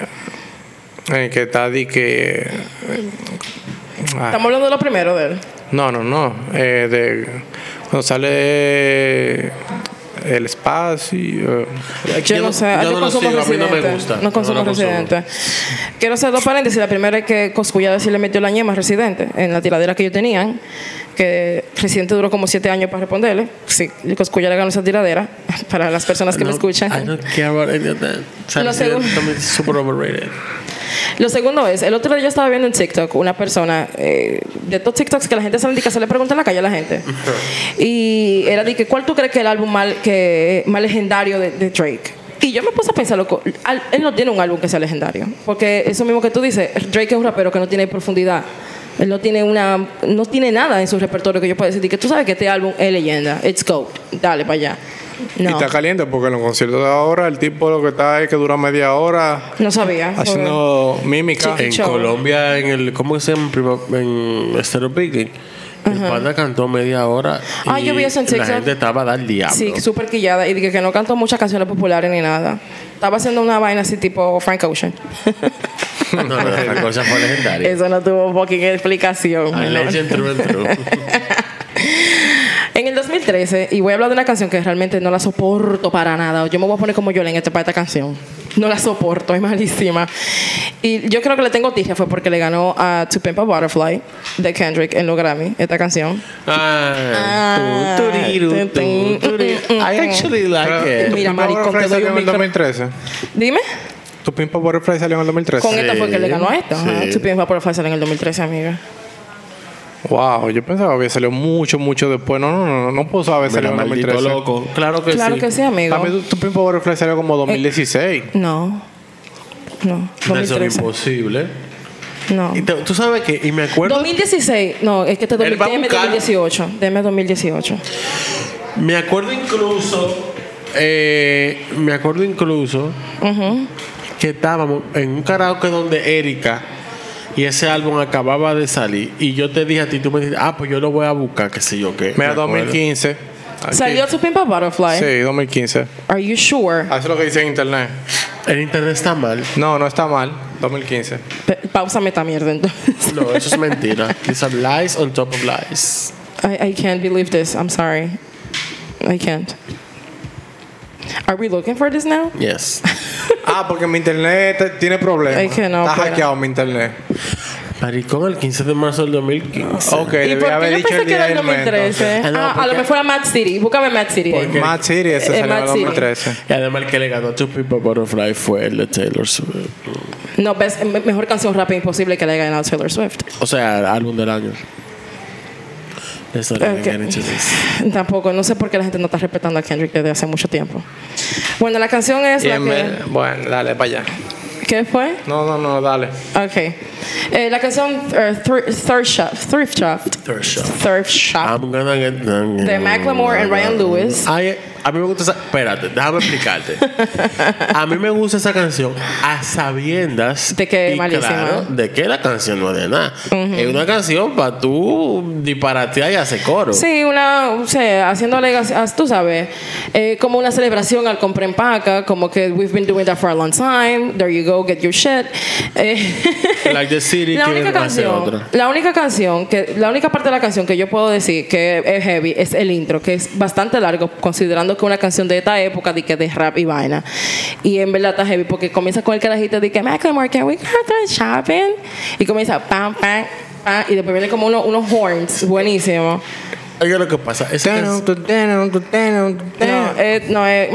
[SPEAKER 4] eh, que está di que ah,
[SPEAKER 2] Estamos hablando de lo primero de él.
[SPEAKER 4] no no no eh, de cuando sale el espacio eh,
[SPEAKER 2] Yo, no sé, yo,
[SPEAKER 3] no lo
[SPEAKER 2] consumo
[SPEAKER 3] sigo, a mí no
[SPEAKER 2] residente.
[SPEAKER 3] me gusta.
[SPEAKER 2] No consumo
[SPEAKER 3] lo
[SPEAKER 2] residente. Quiero hacer dos paréntesis. La primera es que Coscullada sí le metió la ñema a residente en la tiradera que yo tenía. Que residente duró como siete años para responderle. Sí, Coscullada ganó esa tiradera [laughs] para las personas que me
[SPEAKER 3] No,
[SPEAKER 2] escuchan.
[SPEAKER 3] I don't care about any of that. O sea,
[SPEAKER 2] Lo
[SPEAKER 3] sí,
[SPEAKER 2] segundo.
[SPEAKER 3] también es super overrated.
[SPEAKER 2] Lo segundo es, el otro día yo estaba viendo en TikTok una persona, eh, de estos TikToks que la gente se indica, se le pregunta en la calle a la
[SPEAKER 4] [laughs]
[SPEAKER 2] gente. Y era de que, ¿cuál tú crees que es el álbum mal- que, más legendario de, de Drake? Y yo me puse a pensar, loco, al- él no tiene un álbum que sea legendario. Porque eso mismo que tú dices, Drake es un rapero que no tiene profundidad. Él no tiene una no tiene nada en su repertorio que yo pueda decir de que tú sabes que este álbum es leyenda. It's gold. Dale para allá.
[SPEAKER 4] y
[SPEAKER 2] No.
[SPEAKER 4] está caliente porque en los conciertos de ahora el tipo lo que está es que dura media hora
[SPEAKER 2] No sabía.
[SPEAKER 4] haciendo mímica
[SPEAKER 2] Sí.
[SPEAKER 3] En
[SPEAKER 2] Show.
[SPEAKER 3] Colombia, en el. ¿Cómo se llama? Prima- En Estero Picnic. El panda cantó media hora.
[SPEAKER 2] Ah, yo vi eso en
[SPEAKER 3] La
[SPEAKER 2] TikTok.
[SPEAKER 3] gente estaba del diablo.
[SPEAKER 2] Sí, súper quillada. Y dije que no cantó muchas canciones populares ni nada. Estaba haciendo una vaina así tipo Frank Ocean.
[SPEAKER 3] [laughs] no, no, la cosa fue
[SPEAKER 2] [laughs]
[SPEAKER 3] legendaria.
[SPEAKER 2] Eso no tuvo fucking explicación.
[SPEAKER 3] I
[SPEAKER 2] ¿no?
[SPEAKER 3] legend through and through.
[SPEAKER 2] [laughs] En el 2013, y voy a hablar de una canción que realmente no la soporto para nada. Yo me voy a poner como yo en este para esta canción. No la soporto, es malísima. Y yo creo que le tengo tija fue porque le ganó a To Pimp a Butterfly de Kendrick en los Grammy, esta canción.
[SPEAKER 3] Ah,
[SPEAKER 2] Ah,
[SPEAKER 3] tu, turiru,
[SPEAKER 2] tun, tun,
[SPEAKER 3] tu, turiru.
[SPEAKER 2] mm, mm,
[SPEAKER 3] I
[SPEAKER 2] mm.
[SPEAKER 3] actually like
[SPEAKER 2] Mira,
[SPEAKER 3] it.
[SPEAKER 4] Pero, Eh, ¿Tu Pimpa
[SPEAKER 2] maricón, te
[SPEAKER 4] Butterfly
[SPEAKER 2] doy
[SPEAKER 4] salió
[SPEAKER 2] un
[SPEAKER 4] en el
[SPEAKER 2] micro-
[SPEAKER 4] 2013
[SPEAKER 2] Dime.
[SPEAKER 4] tu Pimpa Butterfly salió en el 2013
[SPEAKER 2] Con esta fue que le ganó a esta. ajá.
[SPEAKER 3] Pues sí.
[SPEAKER 2] To Pimp a Butterfly salió en el 2013, amiga.
[SPEAKER 4] wow yo pensaba que había salido mucho mucho después no no no no, no puedo saber salió
[SPEAKER 3] Mira,
[SPEAKER 4] en el
[SPEAKER 3] maldito
[SPEAKER 4] 2013
[SPEAKER 3] loco. Claro que
[SPEAKER 2] Claro
[SPEAKER 3] sí.
[SPEAKER 2] que sí, amigo. Eh.
[SPEAKER 4] A mí tu Pimpa Butterfly salió como 2016
[SPEAKER 2] No. No.
[SPEAKER 3] Eso es
[SPEAKER 2] 2013.
[SPEAKER 3] imposible.
[SPEAKER 2] No.
[SPEAKER 3] Y te- tú sabes que, y me acuerdo,
[SPEAKER 2] 2016. No, es que este
[SPEAKER 3] Él va
[SPEAKER 2] 2000,
[SPEAKER 3] a
[SPEAKER 2] deme
[SPEAKER 3] buscar-
[SPEAKER 2] 2018. Deme 2018.
[SPEAKER 3] me acuerdo incluso, eh, me acuerdo incluso
[SPEAKER 2] Ujú.
[SPEAKER 3] que estábamos en un karaoke donde Erika y ese álbum acababa de salir y yo te dije a ti, tú me dijiste, ah, pues yo lo voy a buscar, qué sé yo qué. Me
[SPEAKER 4] mira
[SPEAKER 3] acuerdo.
[SPEAKER 4] 2015 Aquí.
[SPEAKER 2] Salió su Pimpa Butterfly.
[SPEAKER 4] sí 2015
[SPEAKER 2] Are you sure?
[SPEAKER 3] Ah.
[SPEAKER 4] Eso es lo que dice en internet.
[SPEAKER 3] El internet está mal.
[SPEAKER 4] No, no está mal.
[SPEAKER 2] [laughs]
[SPEAKER 4] 2015.
[SPEAKER 2] Pa- Páusame esta mierda entonces.
[SPEAKER 3] No, eso es mentira. [laughs] These are lies on top of lies.
[SPEAKER 2] [laughs] I, I can't believe this. I'm sorry. I can't. Are we looking for this now?
[SPEAKER 3] Yes.
[SPEAKER 4] Ah, porque mi internet te- tiene problemas.
[SPEAKER 2] Es que no,
[SPEAKER 4] está
[SPEAKER 2] pero-
[SPEAKER 4] hackeado mi internet.
[SPEAKER 3] Maricón, el 15 de marzo del 2015.
[SPEAKER 4] Ok,
[SPEAKER 2] ¿Y
[SPEAKER 4] debía
[SPEAKER 2] por qué
[SPEAKER 4] haber
[SPEAKER 2] yo
[SPEAKER 4] dicho
[SPEAKER 2] pensé
[SPEAKER 4] el
[SPEAKER 2] que
[SPEAKER 4] día
[SPEAKER 2] era el
[SPEAKER 4] del mes.
[SPEAKER 2] 2013?
[SPEAKER 3] entonces. Ah, no,
[SPEAKER 2] Ah, a
[SPEAKER 3] porque-
[SPEAKER 2] lo mejor a Mad City. Búscame Mad City.
[SPEAKER 4] entonces. Mad City, ese
[SPEAKER 2] Eh,
[SPEAKER 4] salió en
[SPEAKER 2] Mad City.
[SPEAKER 4] 2013.
[SPEAKER 3] Y además el que le ganó a Two People Butterfly fue el de Taylor Swift.
[SPEAKER 2] No, best- me- mejor canción rap imposible que le haya ganado Taylor Swift.
[SPEAKER 3] O sea, álbum del año. Let's not even
[SPEAKER 2] Ok.
[SPEAKER 3] get into
[SPEAKER 2] [laughs]
[SPEAKER 3] this.
[SPEAKER 2] Tampoco, no sé por qué la gente no está respetando a Kendrick desde hace mucho tiempo. Bueno, la canción es
[SPEAKER 4] Y
[SPEAKER 2] la
[SPEAKER 4] en
[SPEAKER 2] que.
[SPEAKER 4] vez- Bueno, dale, para allá.
[SPEAKER 2] ¿Qué fue?
[SPEAKER 4] No, no, no, dale.
[SPEAKER 2] Ok. Eh, la canción eh, Thr- Thrift Shop. Thrift Shop.
[SPEAKER 3] Third shot.
[SPEAKER 2] Thrift Shop.
[SPEAKER 3] I'm gonna get down.
[SPEAKER 2] de Macklemore and Ryan Lewis.
[SPEAKER 3] Ay, a mí me gusta esa. Espérate,
[SPEAKER 2] [laughs]
[SPEAKER 3] déjame explicarte. a mí me gusta esa canción a sabiendas.
[SPEAKER 2] De que es
[SPEAKER 3] y
[SPEAKER 2] malísima.
[SPEAKER 3] claro, de que la canción no es de nada. Es una canción para tú disparatear y hacer coro.
[SPEAKER 2] Sí, una, o sea, haciendo alegaciones, tú sabes, eh, como una celebración al compren paca, como que we've been doing that for a long time, there you go, get your shit. Eh, [laughs]
[SPEAKER 3] Like the City,
[SPEAKER 2] la
[SPEAKER 3] que
[SPEAKER 2] única
[SPEAKER 3] va a ser
[SPEAKER 2] canción,
[SPEAKER 3] otra.
[SPEAKER 2] la única canción que la única parte de la canción que yo puedo decir que es heavy es el intro, que es bastante largo considerando que una canción de esta época de que de rap y vaina. Y en verdad está heavy porque comienza con el carajito de que Macklemore, can we go to shopping? Y comienza pam pam pam y después viene como uno- unos horns buenísimos.
[SPEAKER 3] Oye, lo que pasa es que.
[SPEAKER 2] No, eh, no, eh,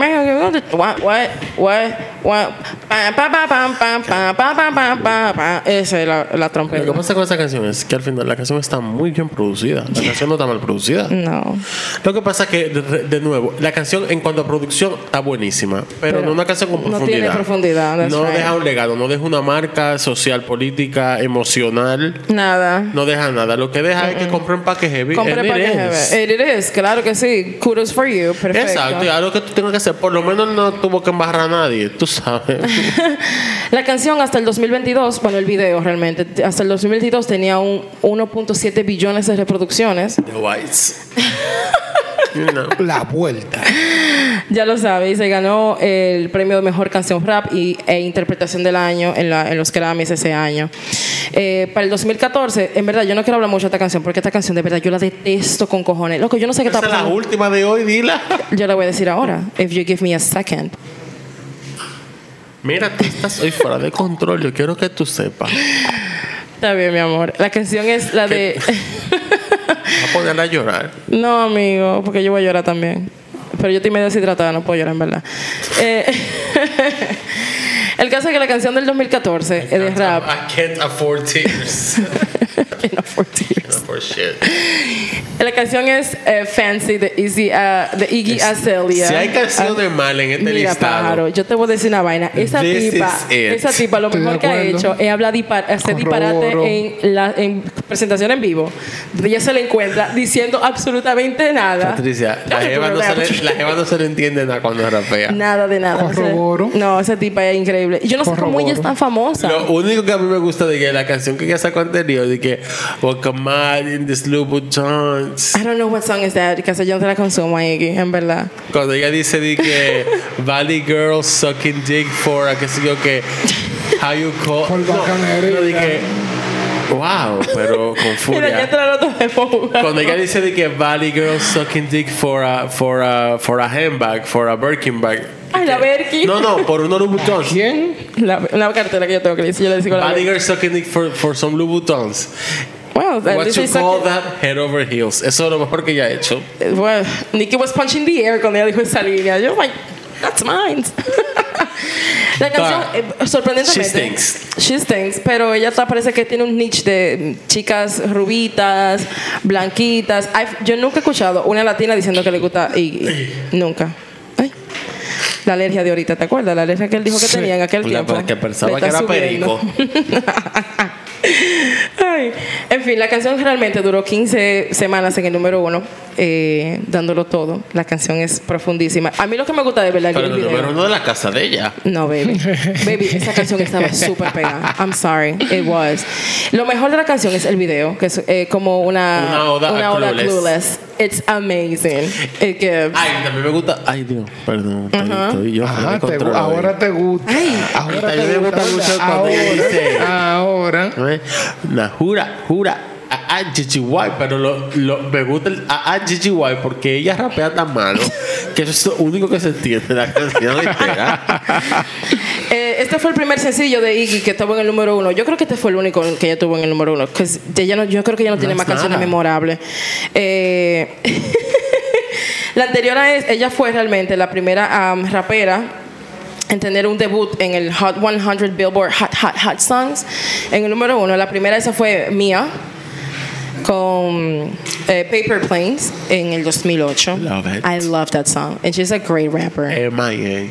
[SPEAKER 2] what, what, what, what, pam, pam, pam, pam, pam, pam, pam, pam, pam, pam, pam. Esa es la, la
[SPEAKER 3] Lo que
[SPEAKER 2] trompeta.
[SPEAKER 3] pasa con esa canción es que al final la canción está muy bien producida. La canción no está mal producida.
[SPEAKER 2] No.
[SPEAKER 3] Lo que pasa es que, de, de nuevo, la canción en cuanto a producción está buenísima, pero,
[SPEAKER 2] Pero
[SPEAKER 3] no una canción con
[SPEAKER 2] no
[SPEAKER 3] profundidad.
[SPEAKER 2] tiene profundidad, that's
[SPEAKER 3] No
[SPEAKER 2] right.
[SPEAKER 3] deja un legado, no deja una marca social, política, emocional.
[SPEAKER 2] Nada.
[SPEAKER 3] No deja nada. Lo que deja es que compren paquetes heavy.
[SPEAKER 2] Compré
[SPEAKER 3] and it
[SPEAKER 2] para que
[SPEAKER 3] ends.
[SPEAKER 2] se vea. It is, claro que sí. Kudos for you. Perfecto.
[SPEAKER 3] Exacto, y algo que tú tengas que hacer. Por lo menos no tuvo que embarrar a nadie, tú sabes.
[SPEAKER 2] [laughs] [laughs] La canción hasta el 2022, bueno, el video realmente, hasta el 2022 tenía un 1.7 billones de reproducciones.
[SPEAKER 3] The Whites. You know.
[SPEAKER 5] La vuelta.
[SPEAKER 2] Ya lo sabes, se ganó el premio de mejor canción rap y, e interpretación del año en, la- en los Grammys ese año. Eh, para el 2014, en verdad, yo no quiero hablar mucho de esta canción porque esta canción de verdad yo la detesto con cojones. Loco, yo no sé qué está
[SPEAKER 3] Esa es la
[SPEAKER 2] pasando.
[SPEAKER 3] última de hoy, dila.
[SPEAKER 2] Yo la voy a decir ahora. If you give me a second.
[SPEAKER 3] Mira, tú estás hoy fuera de control. Yo quiero que tú sepas. Voy
[SPEAKER 2] Está bien, mi amor. La canción es la de.
[SPEAKER 3] a ponerla a llorar.
[SPEAKER 2] [laughs] No, amigo, porque yo voy a llorar también. Pero yo estoy medio deshidratada, no puedo llorar, en verdad. Eh, [laughs] el caso es que la canción del 2014 es de rap.
[SPEAKER 3] [laughs] I can't afford tears.
[SPEAKER 2] Can't afford tears.
[SPEAKER 3] For shit.
[SPEAKER 2] La canción es eh, Fancy de, Izzy, ah, de Iggy Azalea. Ah,
[SPEAKER 3] Si hay canciones mal en este
[SPEAKER 2] Mira,
[SPEAKER 3] listado.
[SPEAKER 2] pájaro, yo te voy a decir una vaina. Esa
[SPEAKER 3] This
[SPEAKER 2] tipa,
[SPEAKER 3] is it.
[SPEAKER 2] esa tipa, lo
[SPEAKER 5] Estoy de
[SPEAKER 2] mejor que ha
[SPEAKER 5] acuerdo.
[SPEAKER 2] hecho es hablar dispar- hacer
[SPEAKER 5] Corroboro.
[SPEAKER 2] disparate en la en presentación en vivo. Ella se la encuentra diciendo absolutamente nada.
[SPEAKER 3] Patricia, la jeva, no se le, la jeva no se le entiende nada cuando rapea.
[SPEAKER 2] Nada de nada. O sea,
[SPEAKER 5] Corroboro.
[SPEAKER 2] No, esa tipa es increíble. Yo no sé cómo ella es tan famosa.
[SPEAKER 3] Lo único que a mí me gusta de que la canción que ella sacó anterior, de que Walk a mile in this Louboutins,
[SPEAKER 2] I don't know what song is that, because yo no te la consumo ahí, en verdad.
[SPEAKER 3] cuando ella dice de que Valley Girl sucking dick for a qué sé yo que how you call
[SPEAKER 5] Por
[SPEAKER 3] no,
[SPEAKER 5] bacanería.
[SPEAKER 3] yo dije wow,
[SPEAKER 2] [laughs]
[SPEAKER 3] pero con
[SPEAKER 2] Mira, ya te
[SPEAKER 3] furia.
[SPEAKER 2] la noto de fuga.
[SPEAKER 3] Cuando ella dice de que Valley Girl sucking dick for a for a for a handbag, for a Birkin bag.
[SPEAKER 2] Ay, la Berky.
[SPEAKER 3] No, no, por unos Louboutins.
[SPEAKER 5] ¿Quién?
[SPEAKER 2] La, la cartera que yo tengo que decir, yo le digo la
[SPEAKER 3] Valley
[SPEAKER 2] Berky.
[SPEAKER 3] Girl sucking dick for for some Louboutins.
[SPEAKER 2] Well, at
[SPEAKER 3] What
[SPEAKER 2] least
[SPEAKER 3] you
[SPEAKER 2] it's
[SPEAKER 3] call
[SPEAKER 2] like-
[SPEAKER 3] that? Head over heels. Eso es lo mejor que ella ha hecho.
[SPEAKER 2] Eh, Well, Nicki was punching the air cuando ella dijo esa línea. Yo, like, that's mine. [laughs] la canción, eh, sorprendentemente.
[SPEAKER 3] She stinks.
[SPEAKER 2] She stinks, pero ella está- parece que tiene un niche de mm, chicas rubitas, blanquitas. I've- yo nunca he escuchado una latina diciendo que le gusta Iggy. Nunca. Ay. La alergia de ahorita, ¿te acuerdas? La alergia que él dijo que tenía en aquel
[SPEAKER 3] La
[SPEAKER 2] tiempo.
[SPEAKER 3] que pensaba
[SPEAKER 2] Le
[SPEAKER 3] que
[SPEAKER 2] está
[SPEAKER 3] era perico.
[SPEAKER 2] [laughs] Ay, en fin, la canción realmente duró 15 semanas en el número uno, eh, dándolo todo. La canción es profundísima. A mí lo que me gusta de verdad es
[SPEAKER 3] Pero
[SPEAKER 2] el
[SPEAKER 3] el
[SPEAKER 2] video.
[SPEAKER 3] número uno de la casa de ella.
[SPEAKER 2] No, baby. Baby, esa canción
[SPEAKER 3] [laughs]
[SPEAKER 2] estaba súper pegada. I'm sorry, it was. Lo mejor de la canción es el video, que es eh, como una,
[SPEAKER 3] Una oda a Clueless.
[SPEAKER 2] Clueless. It's amazing. It gives.
[SPEAKER 3] Ay, también me gusta. Ay, Dios, perdón. estoy yo fuera de
[SPEAKER 5] Ajá, te gu-
[SPEAKER 3] control hoy.
[SPEAKER 5] ahora te gusta.
[SPEAKER 2] Ay.
[SPEAKER 5] ahora
[SPEAKER 3] A mí me gusta mucho cuando
[SPEAKER 5] ahora,
[SPEAKER 3] ella dice-
[SPEAKER 5] ahora.
[SPEAKER 3] ¿Eh? La jura, jura. A a GGY, pero lo, lo- me gusta el a a GGY porque ella rapea tan malo que eso es lo único que se entiende de la canción
[SPEAKER 2] [laughs]
[SPEAKER 3] entera.
[SPEAKER 2] Eh, este fue el primer sencillo de Iggy que estuvo en el número uno. Yo creo que este fue el único que ella tuvo en el número uno. 'cause ella no- yo creo que ella no, tiene
[SPEAKER 3] es
[SPEAKER 2] más canciones
[SPEAKER 3] nada.
[SPEAKER 2] memorables. Eh, [laughs] la anterior a es, ella fue realmente la primera am, rapera en tener un debut en el Hot 100 Billboard Hot Hot Hot Songs. En el número uno, la primera esa fue Mia con eh, Paper Planes en el 2008.
[SPEAKER 3] Love it. Eh,
[SPEAKER 2] I love that song. And she's a great rapper.
[SPEAKER 3] MIA.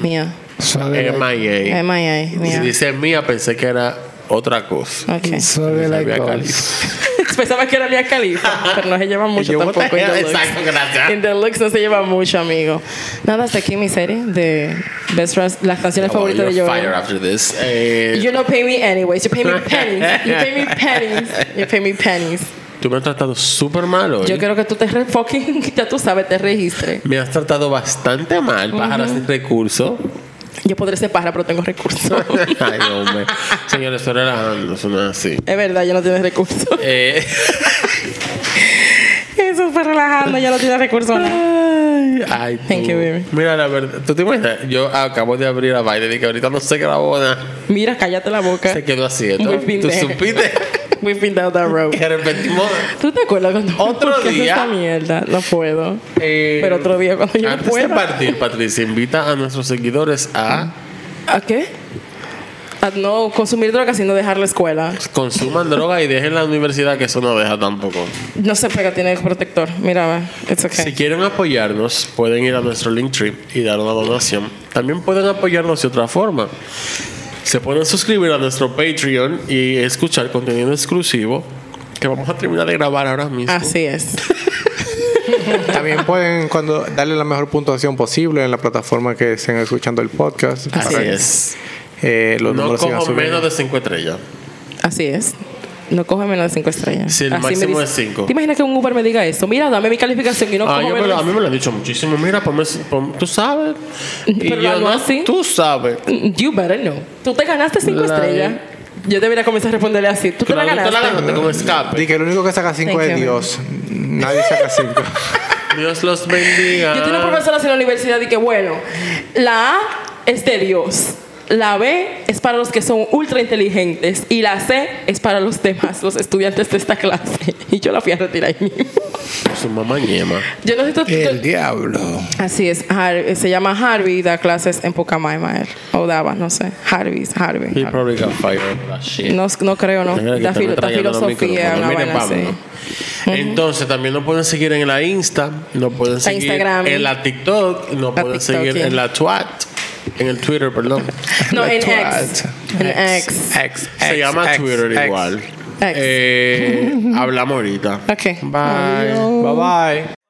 [SPEAKER 2] Mia.
[SPEAKER 5] Eso de la-
[SPEAKER 3] MIA.
[SPEAKER 2] MIA.
[SPEAKER 3] Si
[SPEAKER 2] Mia.
[SPEAKER 3] dice mía, pensé que era otra cosa.
[SPEAKER 5] [laughs]
[SPEAKER 2] Okay.
[SPEAKER 5] eso de la
[SPEAKER 3] Sabía
[SPEAKER 5] cosa.
[SPEAKER 3] Califa.
[SPEAKER 2] [laughs] Pensaba que era Mia Khalifa, pero no se lleva mucho
[SPEAKER 3] [laughs] Yo voté-
[SPEAKER 2] tampoco. en the looks.
[SPEAKER 3] Exacto, gracias.
[SPEAKER 2] En The Looks no se lleva mucho, amigo. Nada, hasta aquí mi serie de Best Friends, las canciones
[SPEAKER 3] Well,
[SPEAKER 2] favoritas de
[SPEAKER 3] Oh, you're
[SPEAKER 2] Joel.
[SPEAKER 3] fired after this. Eh,
[SPEAKER 2] You don't pay me anyways. You pay me pennies. You pay me pennies. You pay me pennies.
[SPEAKER 3] Tú me has tratado súper mal hoy.
[SPEAKER 2] Yo quiero que tú te re fucking, [laughs] ya tú sabes, te registres.
[SPEAKER 3] Me has tratado bastante mal, pájaro
[SPEAKER 2] [laughs]
[SPEAKER 3] sin recursos.
[SPEAKER 2] Yo podré ser pájaro, pero tengo
[SPEAKER 3] [laughs]
[SPEAKER 2] recursos.
[SPEAKER 3] Ay, hombre. Señores, estoy relajando, eso no es así.
[SPEAKER 2] es verdad, yo no tienes recursos.
[SPEAKER 3] Eh,
[SPEAKER 2] Eso fue relajando, ya no tienes recursos.
[SPEAKER 3] ay, tú.
[SPEAKER 2] Thank you, baby.
[SPEAKER 3] Mira, la verdad, tú te imaginas, yo acabo de abrir a baile y que ahorita no sé qué la bona
[SPEAKER 2] Mira, cállate la boca.
[SPEAKER 3] se quedó así. ¿eh? ¿tú?
[SPEAKER 2] We've been
[SPEAKER 3] Tú
[SPEAKER 2] there. [laughs]
[SPEAKER 3] supiste
[SPEAKER 2] We've been down that road.
[SPEAKER 3] que de repente mo-
[SPEAKER 2] ¿Tú te acuerdas cuando
[SPEAKER 3] Otro
[SPEAKER 2] ¿por qué haces
[SPEAKER 3] día.
[SPEAKER 2] esta mierda? No puedo.
[SPEAKER 3] Eh,
[SPEAKER 2] Pero otro día cuando yo
[SPEAKER 3] Antes de
[SPEAKER 2] pueda.
[SPEAKER 3] partir, Patricia, invita a nuestros seguidores a
[SPEAKER 2] ¿A qué? A no consumir drogas y no dejar la escuela.
[SPEAKER 3] consuman droga y dejen la universidad, que eso no deja tampoco.
[SPEAKER 2] No se pega, tiene protector. Mira, va. It's okay.
[SPEAKER 3] Si quieren apoyarnos, pueden ir a nuestro Linktree y dar una donación. También pueden apoyarnos de otra forma. Se pueden suscribir a nuestro Patreon y escuchar contenido exclusivo que vamos a terminar de grabar ahora mismo.
[SPEAKER 2] Así es.
[SPEAKER 4] También pueden cuando darle la mejor puntuación posible en la plataforma que estén escuchando el podcast.
[SPEAKER 2] Así
[SPEAKER 4] para que,
[SPEAKER 3] es.
[SPEAKER 4] eh, los
[SPEAKER 3] No
[SPEAKER 4] números sigan
[SPEAKER 3] como
[SPEAKER 4] subiendo.
[SPEAKER 3] menos de 5 estrellas.
[SPEAKER 2] Así es. No coge menos de 5 estrellas.
[SPEAKER 3] Sí, el
[SPEAKER 2] Así me
[SPEAKER 3] máximo
[SPEAKER 2] dice-
[SPEAKER 3] es cinco.
[SPEAKER 2] ¿Te imaginas que un Uber me diga eso? Mira, dame mi calificación y no
[SPEAKER 3] Ah,
[SPEAKER 2] cojo
[SPEAKER 3] yo me
[SPEAKER 2] menos
[SPEAKER 3] lo-
[SPEAKER 2] de
[SPEAKER 3] a mí me lo han dicho muchísimo. Mira, ponme, pon- tú sabes.
[SPEAKER 2] [laughs]
[SPEAKER 3] Y
[SPEAKER 2] Pero
[SPEAKER 3] yo,
[SPEAKER 2] algo
[SPEAKER 3] no,
[SPEAKER 2] así.
[SPEAKER 3] Tú sabes.
[SPEAKER 2] You better know. Tú te ganaste cinco
[SPEAKER 3] La-
[SPEAKER 2] estrellas. Yo debería comenzar a responderle así. Tú
[SPEAKER 3] Claro,
[SPEAKER 2] te la
[SPEAKER 3] tú te la
[SPEAKER 2] ganaste.
[SPEAKER 3] ganaste con escape.
[SPEAKER 4] Di que el único que saca 5
[SPEAKER 2] Thank
[SPEAKER 4] es
[SPEAKER 2] you.
[SPEAKER 4] Dios. Nadie saca 5.
[SPEAKER 3] Dios los bendiga.
[SPEAKER 2] Yo tengo una profesora en la universidad y que, bueno, la A es de Dios. La B es para los que son ultra inteligentes y la C es para los demás, los estudiantes de esta clase. [laughs] Y yo la fui a retirar ahí mismo.
[SPEAKER 3] Su mamá ñema.
[SPEAKER 2] Yo no sé tú-
[SPEAKER 5] El diablo.
[SPEAKER 2] Así es, Har- se llama Harvey y da clases en Pocamaima él. O daba, no sé. Harvey, Harvey.
[SPEAKER 3] He probably got fired for that shit.
[SPEAKER 2] No, no creo, no.
[SPEAKER 3] Mira que
[SPEAKER 2] Da,
[SPEAKER 3] están
[SPEAKER 2] filo- da
[SPEAKER 3] trayendo los
[SPEAKER 2] filosofía,
[SPEAKER 3] micrófonos.
[SPEAKER 2] una
[SPEAKER 3] Miren,
[SPEAKER 2] vaina así.
[SPEAKER 3] vámonos. Entonces, también nos pueden seguir en la Insta, nos pueden seguir
[SPEAKER 2] Instagram.
[SPEAKER 3] en la TikTok, nos pueden
[SPEAKER 2] TikTok,
[SPEAKER 3] seguir
[SPEAKER 2] sí.
[SPEAKER 3] en la Twat, en el Twitter, perdón.
[SPEAKER 2] No, en X.
[SPEAKER 5] Twat.
[SPEAKER 2] En X.
[SPEAKER 4] Ex,
[SPEAKER 3] Se
[SPEAKER 4] ex,
[SPEAKER 3] llama
[SPEAKER 4] ex,
[SPEAKER 3] Twitter
[SPEAKER 4] ex.
[SPEAKER 3] igual.
[SPEAKER 2] Ex.
[SPEAKER 3] Eh, hablamos ahorita.
[SPEAKER 2] Ok.
[SPEAKER 3] Bye.
[SPEAKER 4] Bye bye.